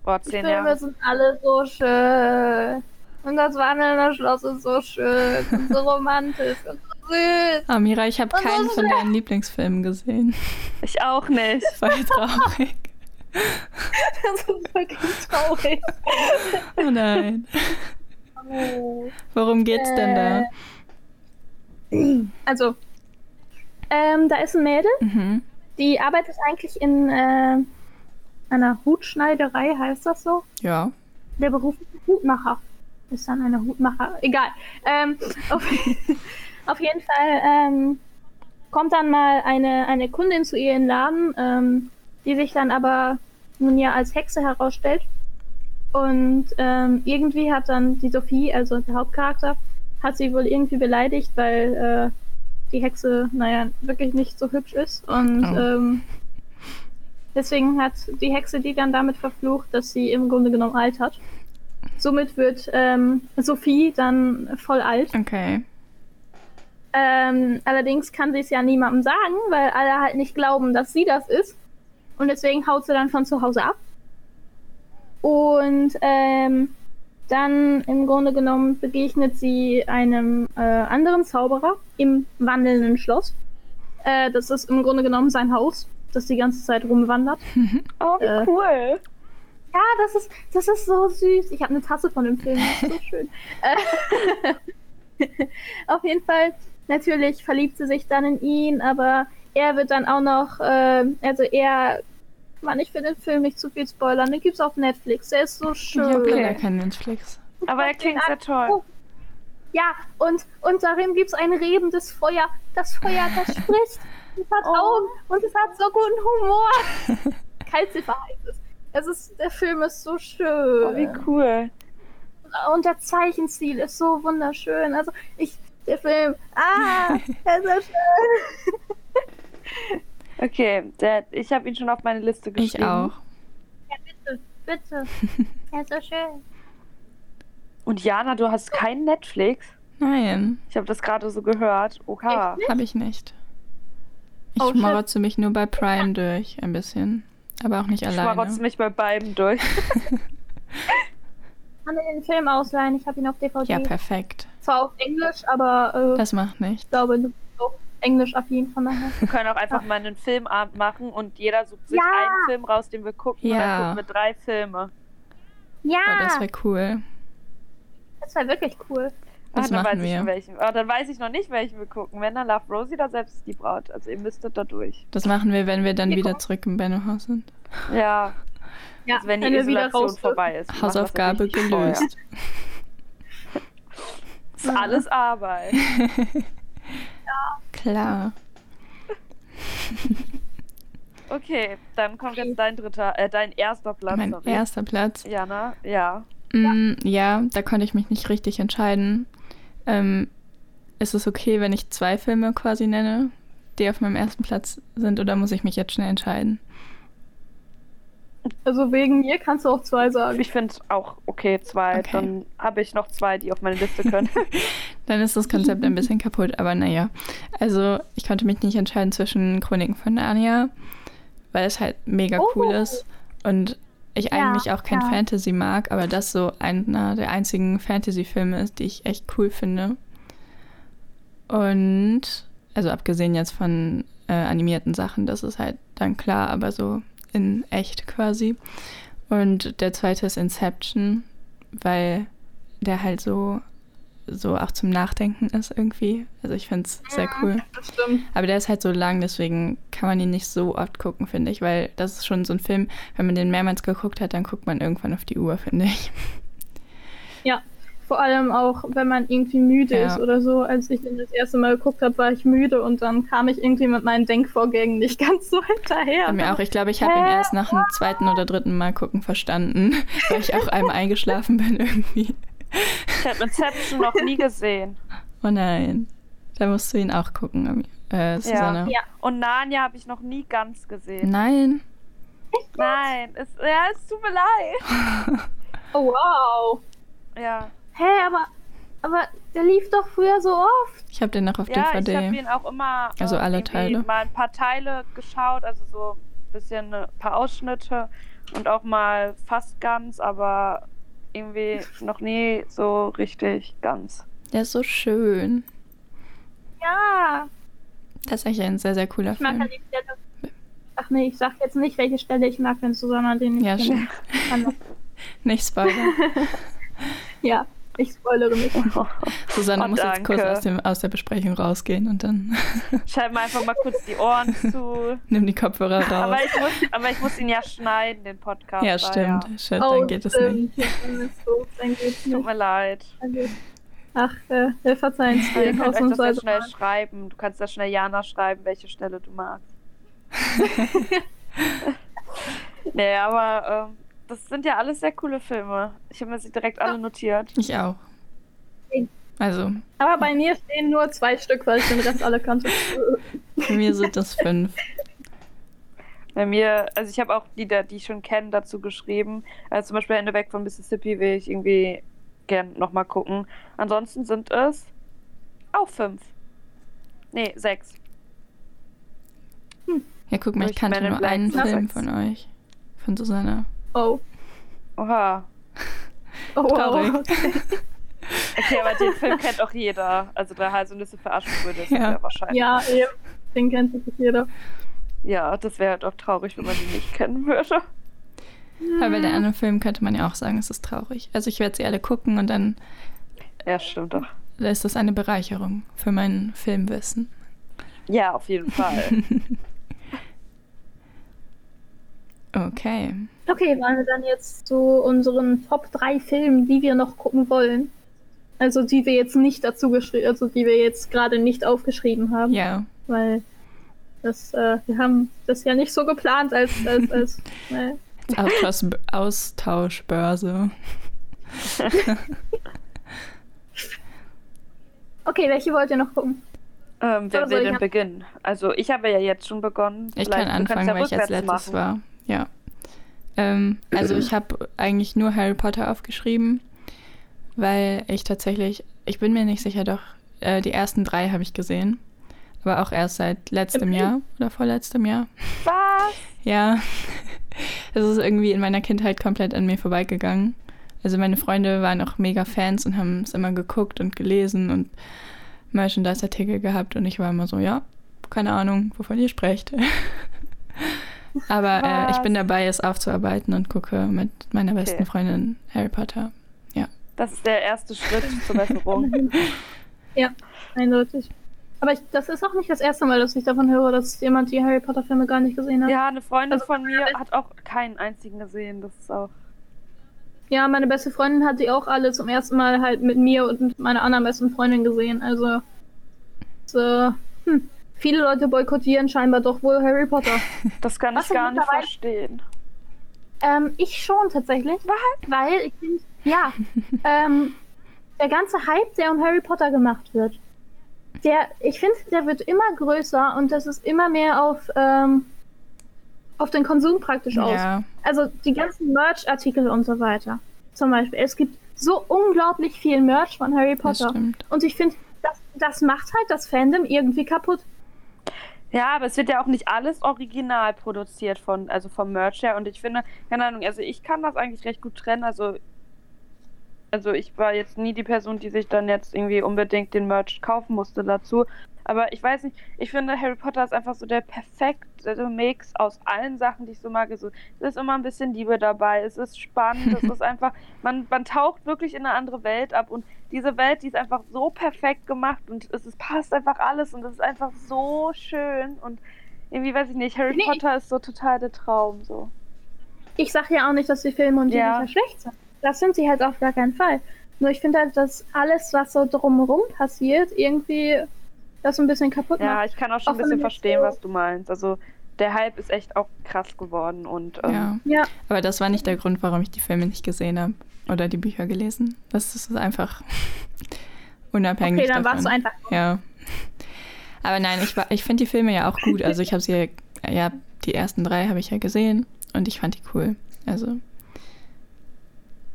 Boah,
Die
zehn
Filme
Jahre.
sind alle so schön. Und das wandelnde Schloss ist so schön und so romantisch und so süß.
Amira, Ah, ich
Oh,
habe
Und so
keinen von
schwer.
deinen Lieblingsfilmen gesehen.
Ich auch nicht.
Voll traurig.
Das ist wirklich traurig.
Oh nein.
Oh.
Worum geht's denn da?
Also, ähm, da ist ein Mädel.
Äh.
Mhm.
Die arbeitet eigentlich in äh, einer Hutschneiderei, heißt das so?
Ja.
Der Beruf ist Hutmacher. Ist dann eine Hutmacher. Egal. Ähm, auf, auf jeden Fall ähm, kommt dann mal eine, eine Kundin zu ihr in den Laden, ähm, die sich dann aber nun ja als Hexe herausstellt. Und ähm, irgendwie hat dann die Sophie, also der Hauptcharakter, hat sie wohl irgendwie beleidigt, weil äh, die Hexe, naja, wirklich nicht so hübsch ist. Und
Oh.
ähm, deswegen hat die Hexe die dann damit verflucht, dass sie im Grunde genommen alt hat. Somit wird ähm, Sophie dann voll alt.
Okay.
Ähm, allerdings kann sie es ja niemandem sagen, weil alle halt nicht glauben, dass sie das ist. Und deswegen haut sie dann von zu Hause ab. Und ähm, dann im Grunde genommen begegnet sie einem äh, anderen Zauberer im wandelnden Schloss. Äh, das ist im Grunde genommen sein Haus, das die ganze Zeit rumwandert.
Oh, wie
Äh.
cool.
Ja, das ist, das ist so süß. Ich habe eine Tasse von dem Film. Das ist so schön. Äh, Auf jeden Fall, natürlich verliebt sie sich dann in ihn, aber er wird dann auch noch, äh, also er, Mann, ich will den Film nicht zu viel spoilern, den gibt's auf Netflix. Der ist so
Ich habe
schön.
leider keinen Netflix.
Aber er klingt sehr toll.
Oh. Ja, und, und darin gibt es ein rebendes Feuer. Das Feuer, das spricht. Es hat
Oh.
Augen und es hat so guten Humor. Kalzifer heißt es. es ist, der Film ist so schön.
Oh, wie cool.
Äh, Und der Zeichenstil ist so wunderschön. Also, ich, der Film, ah, der ist so schön.
Okay, der, ich habe ihn schon auf meine Liste geschrieben.
Ich auch.
Bitte, bitte. Er ist so schön.
Und Jana, du hast kein Netflix?
Nein,
Ich habe das gerade so gehört. Oha.
habe ich nicht. Ich
Oh, shit.
schmarotze mich nur bei Prime durch ein bisschen. Aber auch nicht
Ich
alleine.
schmarotze mich bei beiden durch.
Kann mir den Film ausleihen? Ich habe ihn auf DVD.
Ja, perfekt.
Zwar auf Englisch, aber äh,
Das macht nichts.
ich glaube, du bist auch englisch-affin von daher.
Wir können auch einfach mal einen Filmabend machen und jeder sucht sich
Ja.
einen Film raus, den wir gucken.
Ja.
Und dann gucken wir drei Filme.
Ja,
Oh,
Ah.
das wäre cool.
das wäre wirklich cool.
Also,
Das
Ah, dann
machen
weiß ich
wir.
schon welchen. Ah, dann weiß ich noch nicht, welchen wir gucken. Wenn dann Love Rosie oder selbst die Braut. Also ihr müsstet da durch.
Das machen wir, wenn wir dann
Wir
wieder
gucken.
zurück im Bennohaus sind.
Ja.
Ja,
also wenn die
wir wieder
Isolation
raus dürfen.
vorbei ist. Wir machen das
Hausaufgabe
richtig vorher.
gelöst.
Das ist alles Arbeit.
Klar.
Okay, dann kommt jetzt dein dritter, äh, dein erster Platz.
mein
sorry.
erster Platz.
Jana, ja.
Mm, ja, da konnte ich mich nicht richtig entscheiden. Ähm, ist es okay, wenn ich zwei Filme quasi nenne, die auf meinem ersten Platz sind, oder muss ich mich jetzt schnell entscheiden?
Also wegen mir kannst du auch zwei sagen.
Ich finde auch okay, zwei.
Okay.
Dann habe ich noch zwei, die auf meine Liste können.
Dann ist das Konzept ein bisschen kaputt, aber naja. Also, ich konnte mich nicht entscheiden zwischen Chroniken von Narnia, weil es halt mega
Oh.
cool ist und ich
Ja,
eigentlich auch kein
ja.
Fantasy mag, aber das so einer der einzigen Fantasy-Filme ist, die ich echt cool finde. Und, also abgesehen jetzt von äh, animierten Sachen, das ist halt dann klar, aber so in echt quasi. Und der zweite ist Inception, weil der halt so, so auch zum Nachdenken ist irgendwie. Also ich finde es sehr cool.
Das stimmt.
Aber der ist halt so lang, deswegen kann man ihn nicht so oft gucken, finde ich, weil das ist schon so ein Film, wenn man den mehrmals geguckt hat, dann guckt man irgendwann auf die Uhr, finde ich.
Ja. Vor allem auch, wenn man irgendwie müde
Ja.
ist oder so. Als ich den das erste Mal geguckt habe, war ich müde und dann kam ich irgendwie mit meinen Denkvorgängen nicht ganz so hinterher.
Bei
Und
mir
dann-
auch. Ich glaube, ich habe ihn
Äh,
erst nach dem zweiten oder dritten Mal gucken verstanden, weil ich auch einmal eingeschlafen bin irgendwie.
Ich habe Inception noch nie gesehen.
Oh nein. Da musst du ihn auch gucken, Ami- äh, Susanne.
Ja.
Und Narnia habe ich noch nie ganz gesehen.
Nein.
Nein, es, ja, es tut mir leid.
Oh, wow.
Ja,
Hä, aber, aber der lief doch früher so oft.
Ich habe den noch auf
ja ich habe
DVD.
ihn auch immer äh,
Also alle
irgendwie
Teile.
mal ein paar Teile geschaut, also so ein bisschen äh, ein paar Ausschnitte und auch mal fast ganz, aber irgendwie noch nie so richtig ganz.
Der ist so schön.
Ja.
Das ist echt ein sehr, sehr cooler
Ich mag
Film.
an die Stelle. Ach nee, ich sag jetzt nicht, welche Stelle ich mag, wenn Susanna den nicht
Ja,
kennt. Kann-
Nicht Spoiler.
Ja, ich spoilere mich.
Susanne
Oh,
muss jetzt kurz
danke.
aus, dem, aus der Besprechung rausgehen und dann
Schalt mal einfach mal kurz die Ohren zu.
nimm die Kopfhörer raus.
Aber ich, muss, aber ich muss ihn ja schneiden, den Podcast.
ja,
daher.
stimmt. Shit, dann geht es nicht.
Oh, stimmt. Ja, dann ist doof, dann geht's
Tut
nicht.
mir leid.
Also, ach, äh, wir verzeihen es
Ihr
dir
könnt euch das ja
ausnahmsweise.
schnell
mal.
schreiben. Du kannst ja schnell Jana schreiben, welche Stelle du magst. nee, aber ähm, das sind ja alles sehr coole Filme. Ich habe mir sie direkt alle notiert.
Ich auch. Also,
Aber bei mir stehen nur zwei Stück, weil ich den Rest alle kannte.
bei mir sind das fünf.
Bei mir, also ich habe auch Lieder, die ich schon kenne, dazu geschrieben. Also zum Beispiel Hände weg von Mississippi will ich irgendwie gern nochmal gucken. Ansonsten sind es auch fünf. Nee, sechs.
Ja, guck mal, ich
Durch
kannte
Men in
nur
Black
einen
sind
Film
sechs.
von euch. Von Susanna.
Oh.
Oha.
Oh,
Traurig.
wow.
Okay, aber den Film kennt auch jeder. Also drei Haselnüsse für Aschenbrödel ist
Ja.
ja wahrscheinlich.
Ja, eben. Den kennt sich jeder.
Ja, das wäre halt auch traurig, wenn man ihn nicht kennen würde.
Aber bei der anderen Film könnte man ja auch sagen, es ist traurig. Also ich werde sie alle gucken und dann
Ja, stimmt doch.
ist das eine Bereicherung für mein Filmwissen.
Ja, auf jeden Fall.
Okay.
Okay, wollen wir dann jetzt zu unseren Top 3 Filmen, die wir noch gucken wollen? Also die wir jetzt nicht dazu geschrieben, also die wir jetzt gerade nicht aufgeschrieben haben,
Ja.
weil das, äh, wir haben das ja nicht so geplant als, als, als ne?
Austausch Austauschbörse.
Okay, welche wollt ihr noch gucken?
Ähm, wer
Oder
will
soll ich
denn
an-
beginnen? Also ich habe ja jetzt schon begonnen.
Ich
Vielleicht-
kann
du kannst
anfangen,
ja
weil ich als
rückwärts
letztes
machen.
war. Ja. Ähm, also ich habe eigentlich nur Harry Potter aufgeschrieben, weil ich tatsächlich, ich bin mir nicht sicher, doch äh, die ersten drei habe ich gesehen, aber auch erst seit letztem
Okay.
Jahr oder vorletztem Jahr.
Was?
Ja, es ist irgendwie in meiner Kindheit komplett an mir vorbeigegangen. Also meine Freunde waren auch mega Fans und haben es immer geguckt und gelesen und Merchandise-Artikel gehabt und ich war immer so, ja, keine Ahnung, wovon ihr sprecht. Aber äh, ich bin dabei, es aufzuarbeiten und gucke mit meiner besten
Okay.
Freundin Harry Potter.
Das ist der erste Schritt zur Besserung.
Ja, eindeutig. Aber ich, das ist auch nicht das erste Mal, dass ich davon höre, dass jemand die Harry Potter Filme gar nicht gesehen hat.
Ja, eine Freundin
Also-
von mir hat auch keinen einzigen gesehen. Das ist auch.
Ja, meine beste Freundin hat die auch alle zum ersten Mal halt mit mir und mit meiner anderen besten Freundin gesehen. Also, so, hm. viele Leute boykottieren scheinbar doch wohl Harry Potter.
Das kann
Was
ich gar
denn
nicht
dabei?
verstehen.
Ähm, ich schon tatsächlich. Was? Weil ich bin, ja, ähm, der ganze Hype, der um Harry Potter gemacht wird, der, ich finde, der wird immer größer und das ist immer mehr auf, ähm, auf den Konsum praktisch aus.
Ja,
Also die ganzen Merch-Artikel und so weiter. Zum Beispiel. Es gibt so unglaublich viel Merch von Harry
das
Potter.
stimmt.
Und ich finde, das, das macht halt das Fandom irgendwie kaputt.
Ja, aber es wird ja auch nicht alles original produziert von, also vom Merch her. Und ich finde, keine Ahnung, also ich kann das eigentlich recht gut trennen. Also, also ich war jetzt nie die Person, die sich dann jetzt irgendwie unbedingt den Merch kaufen musste dazu. Aber ich weiß nicht, ich finde Harry Potter ist einfach so der perfekte Mix aus allen Sachen, die ich so mag. Also, es ist immer ein bisschen Liebe dabei, es ist spannend, es ist einfach, man, man taucht wirklich in eine andere Welt ab und diese Welt, die ist einfach so perfekt gemacht und es, es passt einfach alles und es ist einfach so schön und irgendwie weiß ich nicht, Harry
Nee, ich-
Potter ist so total der Traum so.
Ich sage ja auch nicht, dass die Filme und die
Ja.
Bücher schlecht sind. Das sind sie halt auf gar keinen Fall. Nur ich finde halt, dass alles, was so drumherum passiert, irgendwie das so ein bisschen kaputt
Ja,
macht.
ich kann auch schon
Auch
ein
wenn
bisschen
man jetzt
verstehen,
so-
was du meinst. Also der Hype ist echt auch krass geworden und
Oh.
ähm,
Ja.
Ja,
Aber das war nicht der Grund, warum ich die Filme nicht gesehen habe oder die Bücher gelesen. Das ist einfach unabhängig
okay, dann
davon.
warst du einfach.
Ja. Aber nein, ich, war- ich finde die Filme ja auch gut. Also ich habe sie ja, ja, die ersten drei habe ich ja gesehen und ich fand die cool. Also.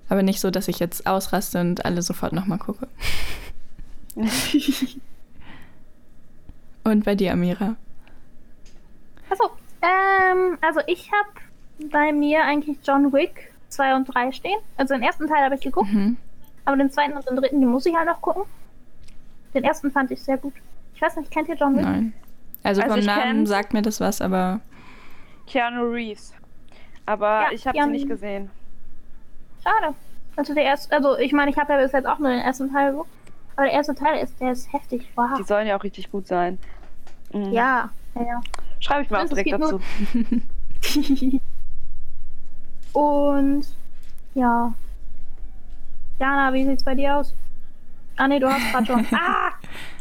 Aber nicht so, dass ich jetzt ausraste und alle sofort nochmal gucke. und bei dir, Amira.
Achso, ähm, also ich habe bei mir eigentlich John Wick 2 und 3 stehen. Also den ersten Teil habe ich geguckt.
Mhm.
Aber den zweiten und den dritten, den muss ich halt noch gucken. Den ersten fand ich sehr gut. Ich weiß nicht, kennt ihr John Wick?
Nein. Also,
Also
vom
ich
Namen
kenn's.
sagt mir das was, aber
Keanu Reeves. Aber
Ja,
ich habe
Keanu-
sie nicht gesehen.
Schade. Also der erste, also ich meine, ich habe ja bis jetzt auch nur den ersten Teil geguckt. Aber der erste Teil ist, der ist heftig. Wow.
Die sollen ja auch richtig gut sein. Mhm.
Ah. Ja, ja, ja.
Schreibe ich mal auch
Stimmt, es
direkt
geht nur-
dazu.
Und ja. Jana, wie sieht's bei dir aus? Ah nee, du hast gerade schon. ah!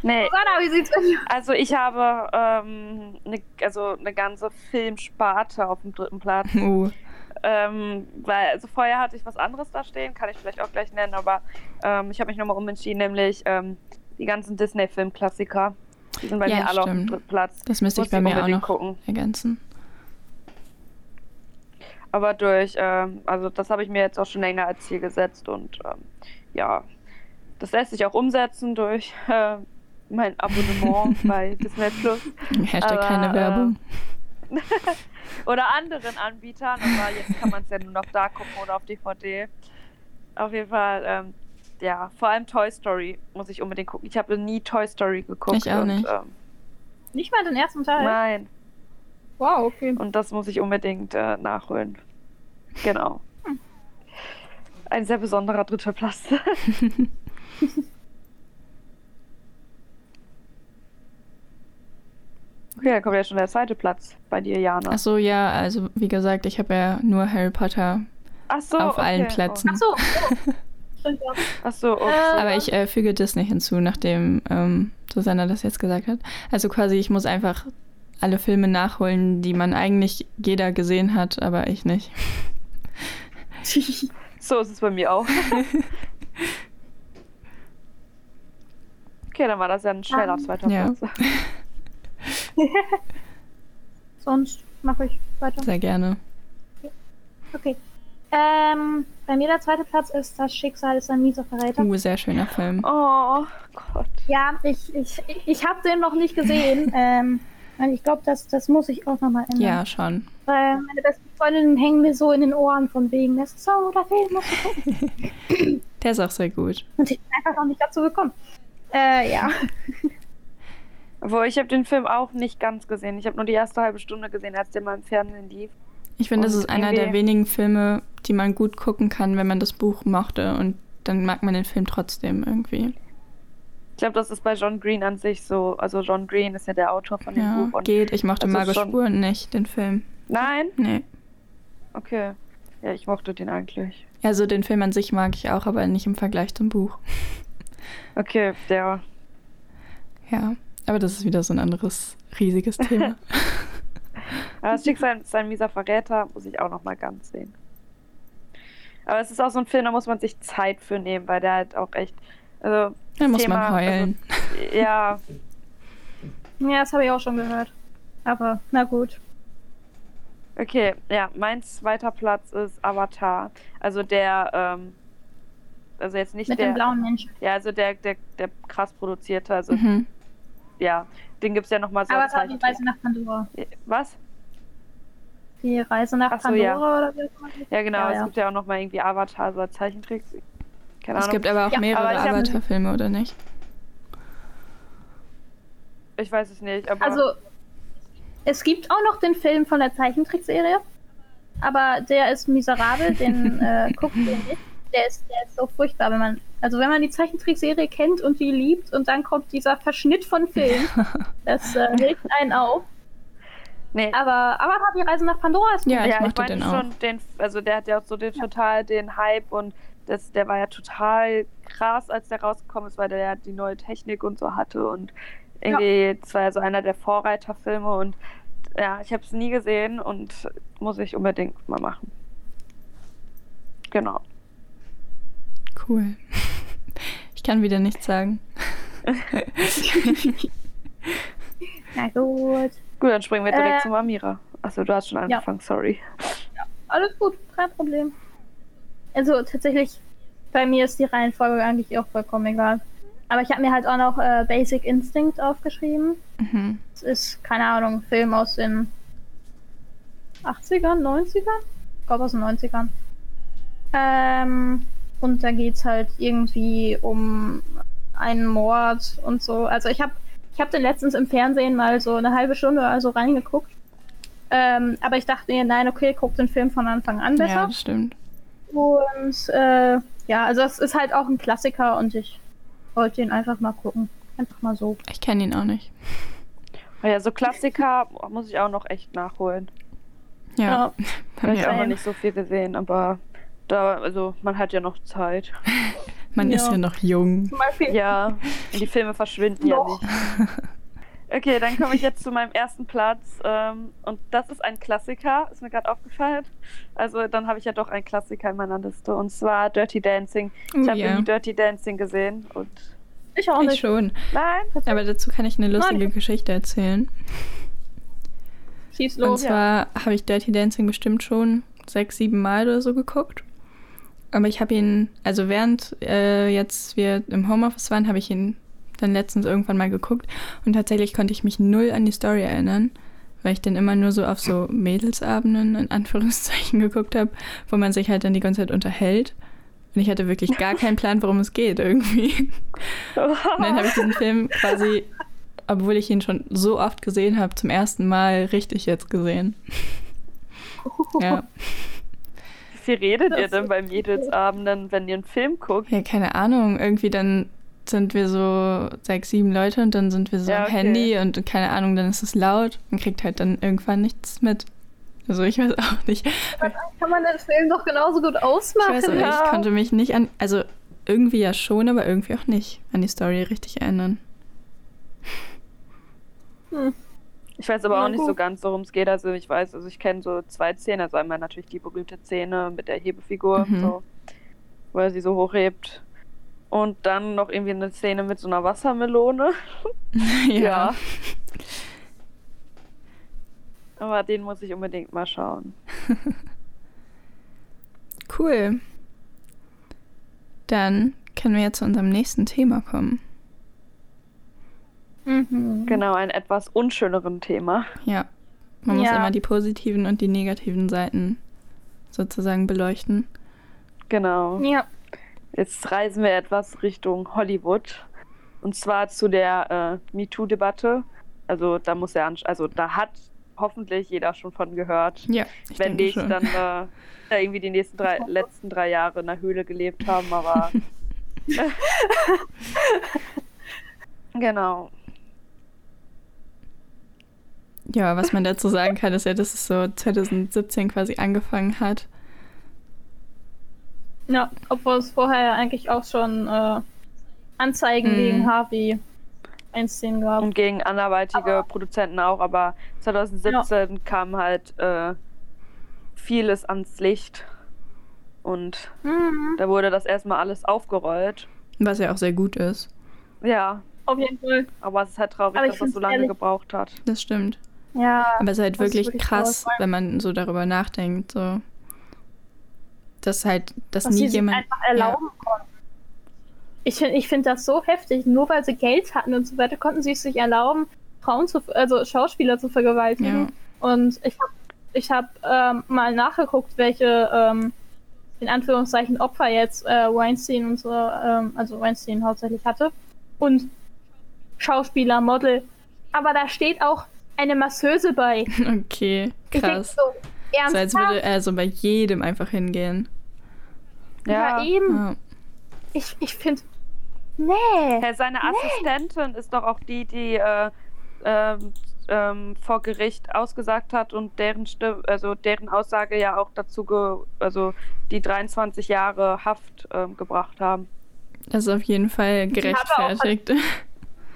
Nee,
Jana, wie sieht's bei dir aus?
Also ich habe ähm, ne, also eine ganze Filmsparte auf dem dritten Platz.
uh,
ähm, weil, also vorher hatte ich was anderes da stehen, kann ich vielleicht auch gleich nennen, aber ähm, ich habe mich nochmal umentschieden, nämlich ähm, die ganzen Disney-Film-Klassiker. Die sind bei
Ja,
mir alle auf dem
stimmt.
dritten Platz.
das müsste ich
Muss
bei
ich
mir auch
unbedingt
noch
gucken.
ergänzen.
Aber durch, ähm, also das habe ich mir jetzt auch schon länger als Ziel gesetzt und ähm, ja, das lässt sich auch umsetzen durch äh, mein Abonnement bei Disney Plus.
Hashtag
Aber,
keine
äh,
Werbung.
oder anderen Anbietern, aber jetzt kann man es ja nur noch da gucken oder auf DVD. Auf jeden Fall, ähm, ja, vor allem Toy Story muss ich unbedingt gucken. Ich habe nie Toy Story geguckt.
Ich auch
und,
nicht.
Ähm,
Nicht mal den ersten Teil.
nein,
Wow, okay.
und das muss ich unbedingt äh, nachholen. Genau. Ein sehr besonderer dritter Platz. Okay, dann kommt ja schon der zweite Platz bei dir, Jana.
Ach so, ja, also wie gesagt, ich habe ja nur Harry Potter
Ach so,
auf allen
okay.
Plätzen.
Ach so. Oh. Stimmt, ja.
Oh. Ach so, okay.
Äh,
Aber ich äh, füge Disney hinzu, nachdem ähm, Susanna das jetzt gesagt hat. Also quasi, ich muss einfach alle Filme nachholen, die man eigentlich jeder gesehen hat, aber ich nicht.
So ist es bei mir auch. okay, dann war das ja ein schneller
Ähm,
zweiter
ja.
Platz.
Sonst mache ich weiter.
Sehr gerne.
Okay. Ähm, bei mir der zweite Platz ist Das Schicksal ist ein mieser Verräter.
Uh, sehr schöner Film.
Oh Gott.
Ja, ich, ich, ich habe den noch nicht gesehen. ähm, und ich glaube, das, das muss ich auch nochmal ändern.
Ja, schon.
Weil meine besten Freundinnen hängen mir so in den Ohren von wegen, das ist so ein guter Film, musst du gucken.
Der ist auch sehr gut.
Und ich bin einfach noch nicht dazu gekommen. Äh, ja.
Wo ich habe den Film auch nicht ganz gesehen. Ich habe nur die erste halbe Stunde gesehen, als der mal im Fernsehen lief.
Ich finde, das
Und
ist einer der
irgendwie-
wenigen Filme, die man gut gucken kann, wenn man das Buch mochte. Und dann mag man den Film trotzdem irgendwie.
Ich glaube, das ist bei John Green an sich so. Also John Green ist ja der Autor von dem
Ja,
Buch. Und
geht. Ich mochte
das ist
Margot
schon-
Spuren nicht, den Film.
Nein?
Nee.
Okay. Ja, ich mochte den eigentlich.
Also den Film an sich mag ich auch, aber nicht im Vergleich zum Buch.
Okay, der.
Ja, aber das ist wieder so ein anderes riesiges Thema.
Aber das Schicksal ist ein mieser Verräter, muss ich auch nochmal ganz sehen. Aber es ist auch so ein Film, da muss man sich Zeit für nehmen, weil der halt auch echt. Also,
da muss
Thema,
man heulen.
Also, ja,
Ja, das habe ich auch schon gehört. Aber, na gut.
okay, ja, mein zweiter Platz ist Avatar. Also der, ähm, also jetzt nicht
Mit
der.
dem blauen Menschen.
Ja, also der, der, der krass produzierte, also
mhm.
ja, den gibt's ja nochmal so
Aber
als
da die Reise
Zeichentrick.
nach Pandora.
Was?
Die Reise nach
Ach so, ja.
Pandora oder wie auch immer.
Ja, genau,
Ja,
es
ja.
gibt ja auch nochmal irgendwie Avatar, so als Zeichentrick. Keine
Es
Ahnung.
gibt aber auch
Ja,
mehrere
aber ich hab-
Avatar-Filme, oder nicht?
Ich weiß es nicht, aber
Also, es gibt auch noch den Film von der Zeichentrickserie, aber der ist miserabel, den äh, guckt ihr nicht. Der ist, der ist so furchtbar, wenn man. Also, wenn man die Zeichentrickserie kennt und die liebt und dann kommt dieser Verschnitt von Film, das äh, regt einen auf.
nee.
Aber Avatar, die Reise nach Pandora ist.
Ja, ich
ja, ich
mochte
meine
den auch.
schon den, also der hat ja auch so den total den Hype und das, der war ja total krass, als der rausgekommen ist, weil der ja die neue Technik und so hatte und irgendwie, das war ja so einer der Vorreiterfilme und ja, ich habe es nie gesehen und muss ich unbedingt mal machen. Genau.
Cool. Ich kann wieder nichts sagen.
Na gut.
Gut, dann springen wir
Äh,
direkt zu Amira. Achso, du hast schon angefangen, sorry.
Alles gut, kein Problem. Also tatsächlich, bei mir ist die Reihenfolge eigentlich auch vollkommen egal. Aber ich habe mir halt auch noch äh, Basic Instinct aufgeschrieben.
Mhm.
Es ist, keine Ahnung, ein Film aus den 80ern, 90ern? Ich glaube aus den 90ern. Ähm, und da geht's halt irgendwie um einen Mord und so. Also ich habe ich hab den letztens im Fernsehen mal so eine halbe Stunde oder so reingeguckt. Ähm, aber ich dachte mir, nein, okay, guck den Film von Anfang an
Ja,
besser.
das stimmt.
Und äh, ja, also das ist halt auch ein Klassiker und ich wollte ihn einfach mal gucken. Einfach mal so.
Ich kenne ihn auch nicht.
Oh ja, so Klassiker muss ich auch noch echt nachholen.
Ja, bei
Vielleicht
mir
auch noch
auch.
Same.
nicht so viel gesehen, aber da, also man hat ja noch Zeit.
Man
Ja.
ist ja noch jung.
Zum Beispiel
Ja, und die Filme verschwinden ja
Noch.
nicht. Okay, dann komme ich jetzt zu meinem ersten Platz. Ähm, und das ist ein Klassiker, ist mir gerade aufgefallen. Also dann habe ich ja doch einen Klassiker in meiner Liste. Und zwar Dirty Dancing.
Oh
Ich habe
ja.
nie Dirty Dancing gesehen. Und
ich auch
Ich
nicht.
schon.
nein,
Aber dazu kann ich eine lustige
Nein.
Geschichte erzählen.
Schieß
Und
los.
zwar habe ich Dirty Dancing bestimmt schon sechs, sieben Mal oder so geguckt. Aber ich habe ihn, also während äh, jetzt wir im Homeoffice waren, habe ich ihn dann letztens irgendwann mal geguckt. Und tatsächlich konnte ich mich null an die Story erinnern, weil ich den immer nur so auf so Mädelsabenden in Anführungszeichen geguckt habe, wo man sich halt dann die ganze Zeit unterhält. Und ich hatte wirklich gar keinen Plan, worum es geht irgendwie. Und
Ah.
dann habe ich diesen Film quasi, obwohl ich ihn schon so oft gesehen habe, zum ersten Mal richtig jetzt gesehen. Ja,
wie viel redet
Das
ihr denn
ist
beim Mädelsabenden, wenn ihr einen Film guckt?
ja keine Ahnung. Irgendwie dann sind wir so sechs, sieben Leute und dann sind wir so
Ja,
am
okay.
Handy und keine Ahnung, dann ist es laut und kriegt halt dann irgendwann nichts mit. Also ich weiß auch nicht.
Kann man den Film doch genauso gut
Ich
ausmachen.
weiß auch, nicht,
ja.
ich konnte mich nicht an, also irgendwie ja schon, aber irgendwie auch nicht an die Story richtig erinnern.
Ich weiß aber
Na
auch nicht
gut.
so ganz, worum es geht. Also ich weiß, also ich kenne so zwei Szenen. Also einmal natürlich die berühmte Szene mit der Hebefigur,
Mhm.
so, wo er sie so hochhebt. Und dann noch irgendwie eine Szene mit so einer Wassermelone. Ja. Aber den muss ich unbedingt mal schauen.
Cool. Dann können wir ja zu unserem nächsten Thema kommen.
Mhm.
Genau, ein etwas unschöneren Thema.
Ja. Man muss
Ja.
immer die positiven und die negativen Seiten sozusagen beleuchten.
Genau.
Ja.
Jetzt reisen wir etwas Richtung Hollywood. Und zwar zu der äh, MeToo-Debatte. Also da muss ja, ansch- also da hat hoffentlich jeder schon von gehört.
Ja, ich
wenn
denke
nicht,
schon.
dann äh, da irgendwie die nächsten drei, letzten drei Jahre in einer Höhle gelebt haben, aber. genau.
Ja, was man dazu sagen kann, ist ja, dass es so 2017 quasi angefangen hat.
ja. Obwohl es vorher eigentlich auch schon äh, Anzeigen
Mhm.
gegen Harvey Einstein gab.
Und gegen anderweitige Produzenten auch, aber 2017 kam halt äh, vieles ans Licht. Und
Mhm.
da wurde das erstmal alles aufgerollt.
Was ja auch sehr gut ist.
Ja,
Auf jeden Fall.
aber es ist halt traurig,
Aber ich
dass das
find's
so lange
ehrlich-
gebraucht hat.
Das stimmt.
Ja.
Aber es ist halt
Das ist
wirklich,
wirklich
krass,
traurig.
wenn man so darüber nachdenkt. So. Dass halt, dass
dass
nie
sie sich
jemand.
einfach erlauben konnten. Ich finde ich find das so heftig. Nur weil sie Geld hatten und so weiter, konnten sie es sich erlauben, Frauen zu, also Schauspieler zu vergewaltigen.
Ja.
Und ich habe ich hab, ähm, mal nachgeguckt, welche ähm, in Anführungszeichen Opfer jetzt äh, Weinstein und so, ähm, also Weinstein hauptsächlich hatte. Und Schauspieler, Model. Aber da steht auch eine Masseuse bei.
Okay,
Ich denk
krass.
So,
So als würde
ernsthaft?
er so bei jedem einfach hingehen.
Ja, eh.
Hm.
eben.
Ja.
Ich, ich finde. Nee.
Ja, seine Assistentin ist doch auch die, die äh, ähm, ähm, vor Gericht ausgesagt hat und deren Stimme, also deren Aussage ja auch dazu ge also die 23 Jahre Haft ähm, gebracht haben.
Das ist auf jeden Fall gerechtfertigt.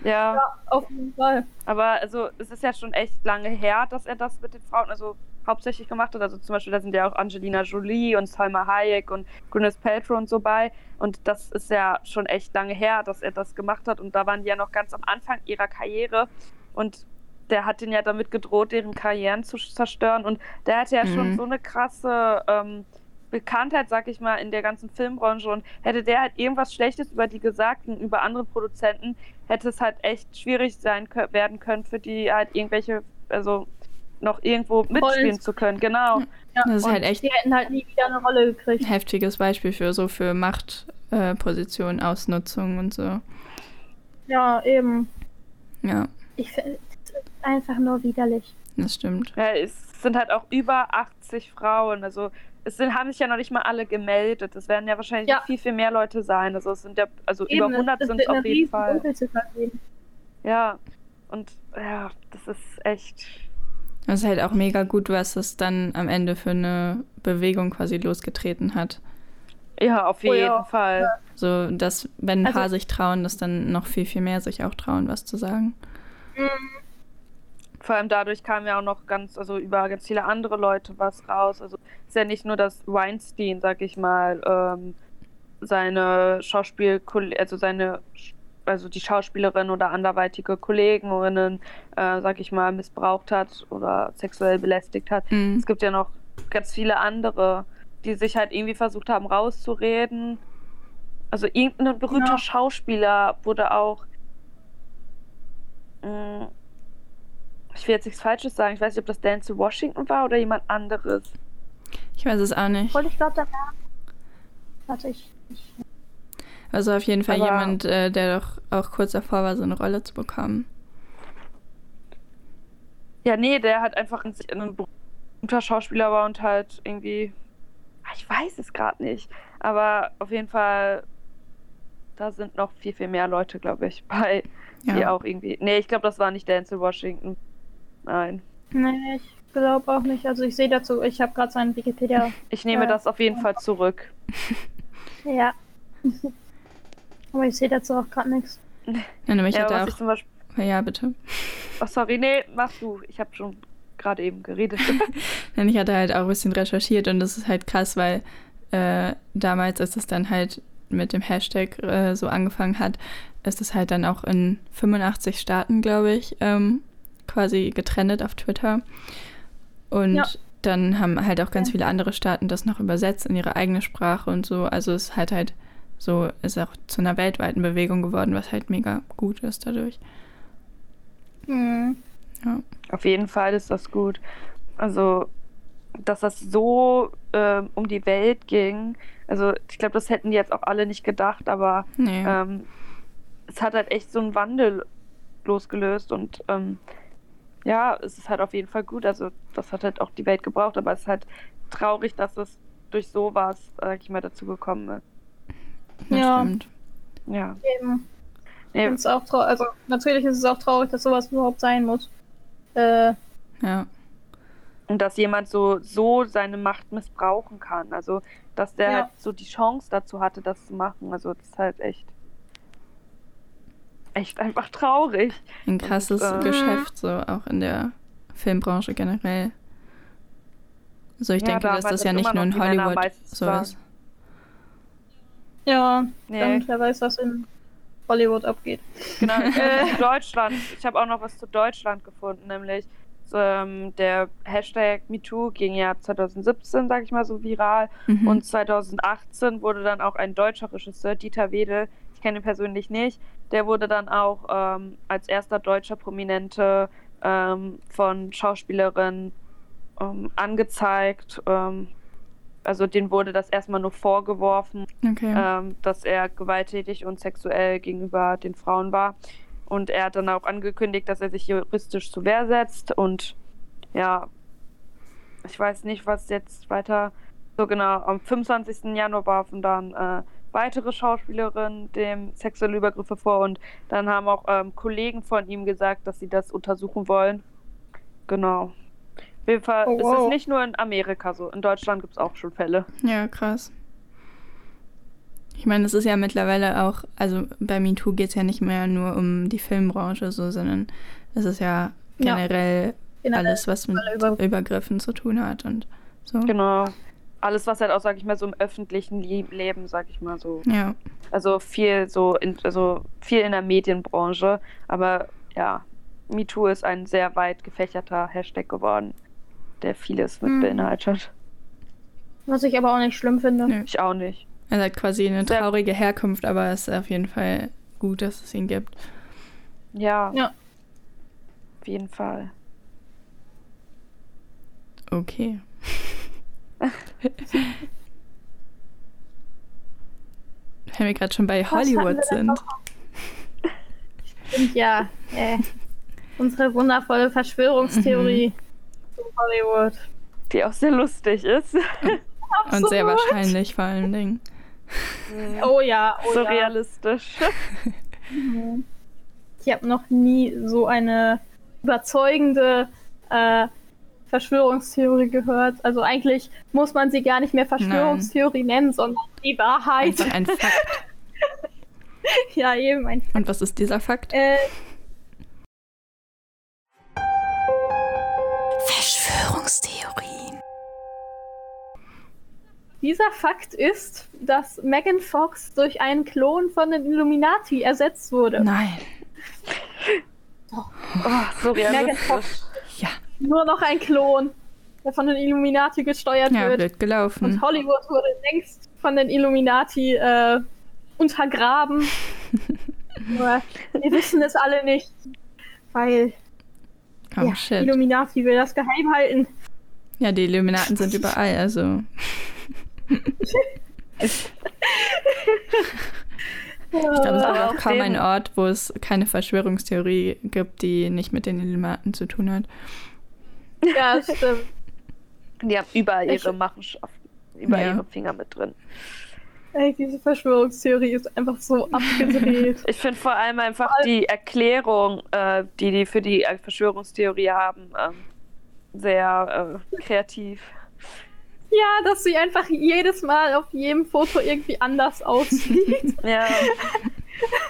Ja,
Auf jeden Fall.
aber also es ist ja schon echt lange her, dass er das mit den Frauen also hauptsächlich gemacht hat. Also zum Beispiel, da sind ja auch Angelina Jolie und Salma Hayek und Gwyneth Paltrow und so bei. Und das ist ja schon echt lange her, dass er das gemacht hat. Und da waren die ja noch ganz am Anfang ihrer Karriere. Und der hat den ja damit gedroht, deren Karrieren zu zerstören. Und der hatte ja
Mhm.
schon so eine krasse ähm, Bekanntheit, sag ich mal, in der ganzen Filmbranche. Und hätte der halt irgendwas Schlechtes über die gesagt und über andere Produzenten, hätte es halt echt schwierig sein kö- werden können, für die halt irgendwelche, also noch irgendwo mitspielen zu können. Genau.
Hm.
Das ist
Und
halt echt
Die hätten halt nie wieder eine Rolle gekriegt.
ein heftiges Beispiel für so für Machtpositionen, äh, Position, Ausnutzung und so.
Ja, eben.
Ja,
Ich finde es ist einfach nur widerlich.
das stimmt.
Ja, es sind halt auch über 80 Frauen. Also es sind, haben sich ja noch nicht mal alle gemeldet. Es werden ja wahrscheinlich
Ja.
noch viel, viel mehr Leute sein. Also es sind ja, also über
Eben,
100
das
sind
wird
es
eine
auf jeden
riesen
Fall.
Dunkelziffer geben.
Ja. Und ja, das ist echt.
Das ist halt auch mega gut, was es dann am Ende für eine Bewegung quasi losgetreten hat.
Ja, auf
Oh
jeden
ja.
Fall.
So, dass wenn ein
Also-
paar sich trauen, dass dann noch viel, viel mehr sich auch trauen, was zu sagen.
Vor allem dadurch kamen ja auch noch ganz, also über ganz viele andere Leute was raus. Also es ist ja nicht nur, dass Weinstein, sag ich mal, ähm, seine Schauspiel, also seine, Sch- also die Schauspielerin oder anderweitige Kolleginnen, äh, sag ich mal, missbraucht hat oder sexuell belästigt hat.
Mhm.
Es gibt ja noch ganz viele andere, die sich halt irgendwie versucht haben rauszureden. Also irgendein berühmter
Ja.
Schauspieler wurde auch. Mm, Ich will jetzt nichts Falsches sagen. Ich weiß nicht, ob das Denzel Washington war oder jemand anderes.
Ich weiß es auch nicht.
Obwohl, ich glaube, da war. Warte, ich. ich
Also auf jeden Fall
Aber-
jemand, äh, der doch auch kurz davor war, so eine Rolle zu bekommen.
Ja, nee, der hat einfach ein, ein berühmter Schauspieler war und halt irgendwie. Ah, Ich weiß es gerade nicht. Aber auf jeden Fall, da sind noch viel, viel mehr Leute, glaube ich, bei,
Ja.
die auch irgendwie. Nee, ich glaube, das war nicht Dance in Washington. Nein.
Nee, ich glaube auch nicht. Also ich sehe dazu, ich habe gerade seinen Wikipedia.
Ich nehme
Ja.
das auf jeden Fall zurück.
ja. Aber ich sehe dazu auch gerade nichts.
Ja, nämlich
ja,
hatte
was ich
auch.
zum Beispiel.
ja, bitte.
Ach, sorry, nee, mach du. Ich habe schon gerade eben geredet.
Nein, ich hatte halt auch ein bisschen recherchiert und das ist halt krass, weil äh, damals, als es dann halt mit dem Hashtag äh, so angefangen hat, ist es halt dann auch in 85 Staaten, glaube ich, ähm, quasi getrennt auf Twitter. Und
Ja.
dann haben halt auch ganz
Ja.
viele andere Staaten das noch übersetzt in ihre eigene Sprache und so. Also es hat halt so, ist auch zu einer weltweiten Bewegung geworden, was halt mega gut ist dadurch.
Hm.
Auf jeden Fall ist das gut. Also, dass das so ähm, um die Welt ging. Also, ich glaube, das hätten die jetzt auch alle nicht gedacht, aber
Nee.
ähm, es hat halt echt so einen Wandel losgelöst und ähm, ja, es ist halt auf jeden Fall gut. Also, das hat halt auch die Welt gebraucht, aber es ist halt traurig, dass es durch sowas, sag ich mal, dazu gekommen ist.
das
ja.
stimmt.
Ja.
Eben.
Nee,
Find's auch trau- also natürlich ist es auch traurig, dass sowas überhaupt sein muss. Äh,
Ja.
Und dass jemand so, so seine Macht missbrauchen kann. Also, dass der
Ja.
halt so die Chance dazu hatte, das zu machen. Also, das ist halt echt. Echt einfach traurig.
ein krasses
äh,
Geschäft, so auch in der Filmbranche generell. So, ich
Ja,
denke, dass
damals
das
hat
ja nicht nur
immer noch
in
die Männer am
Hollywood
meisten
so
Frauen.
ist.
ja,
Nee,
und wer weiß, was in Hollywood abgeht.
genau. Äh, Deutschland. Ich habe auch noch was zu Deutschland gefunden, nämlich so, ähm, der Hashtag MeToo ging ja 2017, sag ich mal, so viral.
Mhm.
Und 2018 wurde dann auch ein deutscher Regisseur, Dieter Wedel, ich kenne ihn persönlich nicht, der wurde dann auch ähm, als erster deutscher Prominente ähm, von Schauspielerinnen ähm, angezeigt. Ähm, also den wurde das erstmal nur vorgeworfen,
okay.
ähm, dass er gewalttätig und sexuell gegenüber den Frauen war. Und er hat dann auch angekündigt, dass er sich juristisch zu Wehr setzt. Und ja, ich weiß nicht, was jetzt weiter. So genau, am 25. Januar warfen dann äh, weitere Schauspielerinnen dem sexuelle Übergriffe vor. Und dann haben auch ähm, Kollegen von ihm gesagt, dass sie das untersuchen wollen. Genau. Auf jeden Fall
Oh,
ist es
wow.
nicht nur in Amerika so. In Deutschland gibt es auch schon Fälle.
ja, krass. Ich meine, es ist ja mittlerweile auch, also bei MeToo geht es ja nicht mehr nur um die Filmbranche, so, sondern es ist ja
Ja.
generell alles, was mit
alle Über-
Übergriffen zu tun hat und so.
Genau. Alles, was halt auch, sag ich mal, so im öffentlichen Lie- Leben, sag ich mal so.
Ja,
Also viel so in, also viel in der Medienbranche. Aber ja, MeToo ist ein sehr weit gefächerter Hashtag geworden, der vieles mit
Mhm.
beinhaltet.
Was ich aber auch nicht schlimm finde.
Nö.
Ich auch nicht.
er hat quasi eine
Sehr-
traurige Herkunft, aber es ist auf jeden Fall gut, dass es ihn gibt.
Ja.
Ja.
Auf jeden Fall.
Okay. Wenn wir gerade schon bei
hatten wir
Hollywood
denn
sind.
noch? Stimmt, ja. Äh, unsere wundervolle Verschwörungstheorie zu Hollywood.
Die auch sehr lustig ist.
Oh
Und sehr
Absolut.
wahrscheinlich vor allen Dingen.
Oh ja, oh
so
ja.
realistisch.
Mhm. Ich habe noch nie so eine überzeugende äh, Verschwörungstheorie gehört. Also eigentlich muss man sie gar nicht mehr Verschwörungstheorie nennen, sondern die Wahrheit.
Einfach Also ein Fakt.
Ja, eben ein.
Und was ist dieser Fakt?
Äh,
Verschwörungstheorien.
dieser Fakt ist, dass Megan Fox durch einen Klon von den Illuminati ersetzt wurde.
Nein.
Oh, so
Megan
realistisch.
Ja,
Nur noch ein Klon, der von den Illuminati gesteuert
ja
wird.
blöd gelaufen.
Und Hollywood wurde längst von den Illuminati äh, untergraben. Nur, wir wissen es alle nicht, weil
Oh
ja,
shit.
Illuminati will das geheim halten.
Ja, die Illuminaten sind überall, also. Ich glaube, es gibt
Äh,
auch
Auf
kaum
dem-
einen Ort, wo es keine Verschwörungstheorie gibt, die nicht mit den Illuminaten zu tun hat.
ja, stimmt.
Die haben überall
Ich-
ihre Machenschaften, überall
Ja.
ihre Finger mit drin.
Ey, diese Verschwörungstheorie ist einfach so abgedreht.
Ich finde vor allem einfach die Erklärung, äh, die die für die äh, Verschwörungstheorie haben, ähm, sehr äh, kreativ.
ja, dass sie einfach jedes Mal auf jedem Foto irgendwie anders aussieht.
Ja.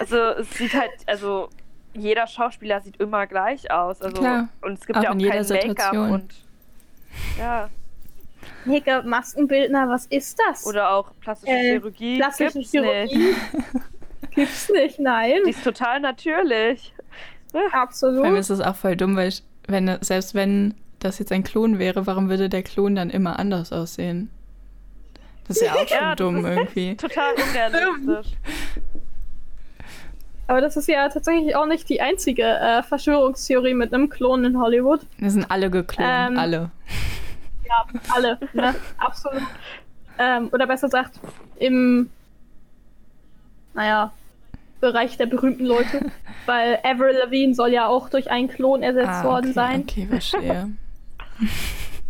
Also es sieht halt, also jeder Schauspieler sieht immer gleich aus. Also
Klar.
und es gibt
Auch
ja auch
in jeder
kein Make-up
Situation.
und ja.
Mega Maskenbildner, was ist das?
Oder auch plastische
Äh,
Chirurgie.
klassische
gibt's
Chirurgie?
Nicht.
Gibt's nicht, nein.
Die ist total natürlich.
Vor allem
Absolut.
ist es auch voll dumm, weil ich, wenn, selbst wenn das jetzt ein Klon wäre, warum würde der Klon dann immer anders aussehen? Das ist ja auch schon
Ja, das
dumm
ist
irgendwie.
Total unrealistisch.
Aber das ist ja tatsächlich auch nicht die einzige äh, Verschwörungstheorie mit einem Klon in Hollywood.
Das sind alle geklont,
Ähm,
alle.
Ja, alle. Ne? Absolut. Ähm, oder besser gesagt, im, naja, Bereich der berühmten Leute. Weil Avril Lavigne soll ja auch durch einen Klon ersetzt
Ah,
worden
okay,
sein.
Okay, verstehe.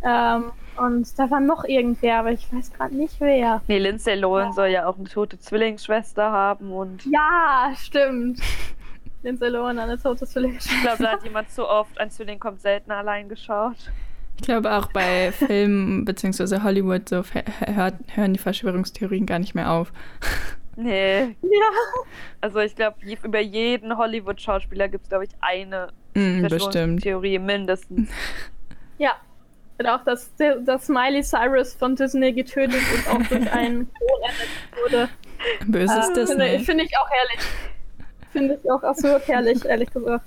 Ähm, und da war noch irgendwer, aber ich weiß gerade nicht wer.
Nee, Lindsay Lohan soll ja auch eine tote Zwillingsschwester haben und
Ja, stimmt. Lindsay Lohan, eine tote Zwillingsschwester.
ich glaube, da hat jemand zu oft ein Zwilling kommt selten allein geschaut.
Ich glaube auch bei Filmen bzw. Hollywood so ver- hört, hören die Verschwörungstheorien gar nicht mehr auf.
Nee.
Ja.
Also ich glaube, je, über jeden Hollywood-Schauspieler gibt es, glaube ich, eine
Mm, bestimmt.
Verschwörungstheorie mindestens.
Ja. Und auch, dass, dass Miley Cyrus von Disney getötet und auch durch einen Klon ersetzt wurde.
Böses
Ähm, Finde,
Disney.
finde ich auch herrlich. Finde ich auch absolut herrlich, ehrlich gesagt.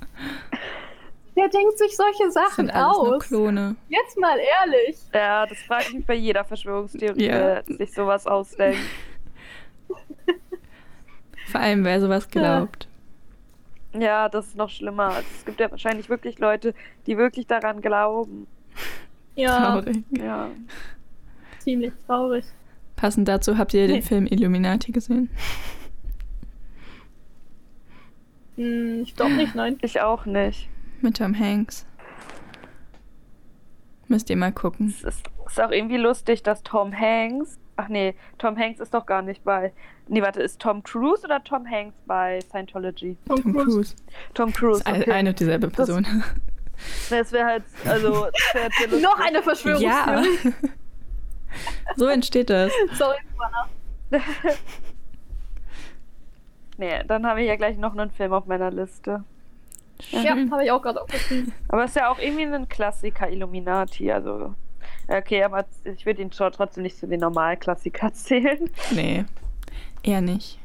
Wer denkt sich solche
Das
Sachen
sind alles nur
aus?
Klone.
Jetzt mal ehrlich.
Ja, das frage ich mich bei jeder Verschwörungstheorie,
Ja.
wer sich sowas ausdenkt.
Vor allem, wer sowas glaubt.
Ja, das ist noch schlimmer. Also Es gibt ja wahrscheinlich wirklich Leute, die wirklich daran glauben.
Ja,
Traurig.
Ja.
ziemlich traurig.
Passend dazu habt ihr den
Nee.
Film Illuminati gesehen.
Hm, ich glaube nicht, nein.
Ich auch nicht.
Mit Tom Hanks. Müsst ihr mal gucken.
Es ist, ist auch irgendwie lustig, dass Tom Hanks. Ach nee, Tom Hanks ist doch gar nicht bei. Nee, warte, ist Tom Cruise oder Tom Hanks bei Scientology?
Tom,
Tom Cruise.
Tom
Das
Cruise.
ist ein-
Okay.
eine und dieselbe Person.
Das wäre halt. Also, das wär jetzt sehr lustig.
Noch eine Verschwörungstheorie.
ja. so entsteht das.
Sorry,
Mhm.
Johanna.
Nee, dann habe ich ja gleich noch einen Film auf meiner Liste.
Ja, habe ich auch gerade aufgeschrieben.
Aber es ist ja auch irgendwie ein Klassiker Illuminati, also. Okay, aber ich würde ihn schon trotzdem nicht zu den normalen Klassiker zählen.
Nee, eher nicht.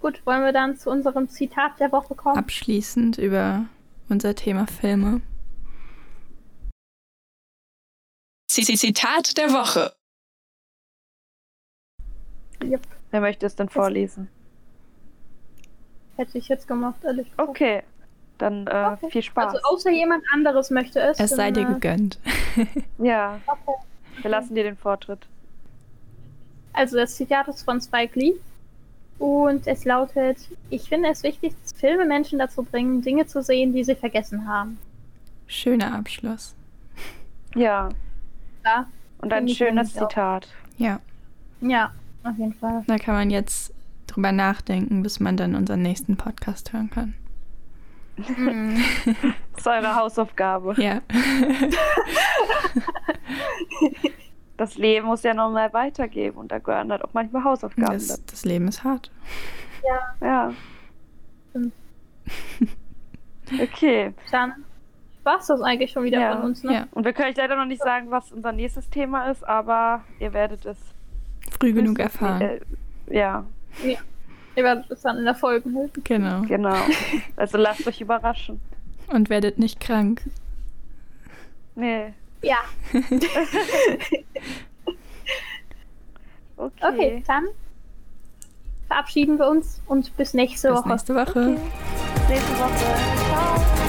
Gut, wollen wir dann zu unserem Zitat der Woche kommen?
Abschließend über unser Thema Filme.
Zitat der Woche.
Yep,
Wer möchte es denn vorlesen?
hätte ich jetzt gemacht, ehrlich gesagt.
Okay, dann äh,
Okay.
viel Spaß.
Also außer jemand anderes möchte es.
Es sei dir
dann, äh,
gegönnt.
ja,
okay.
wir lassen dir den Vortritt.
Also das Zitat ist von Spike Lee. Und es lautet, ich finde es wichtig, dass Filme Menschen dazu bringen, Dinge zu sehen, die sie vergessen haben.
Schöner Abschluss.
Ja,
Ja,
und ein
Finde ich
schönes
nämlich auch.
Zitat.
Ja,
ja auf jeden Fall.
da kann man jetzt drüber nachdenken, bis man dann unseren nächsten Podcast hören kann.
Hm.
Das ist eure Hausaufgabe.
Ja,
Das Leben muss ja nochmal weitergeben und da gehören halt auch manchmal Hausaufgaben
das, das Leben ist hart.
ja,
dazu. Ja.
Stimmt.
Okay,
dann war es das eigentlich schon wieder
Ja,
von uns. Ne?
Ja,
und wir können euch leider noch nicht sagen, was unser nächstes Thema ist, aber ihr werdet es
früh genug erfahren.
Äh, ja,
Ihr werdet es dann in der Folge hören.
Genau.
genau. Also lasst euch überraschen.
Und werdet nicht krank.
Nee,
Ja,
okay.
okay, dann verabschieden wir uns und bis nächste
Bis
Woche.
nächste Woche.
Nächste Woche. Ciao.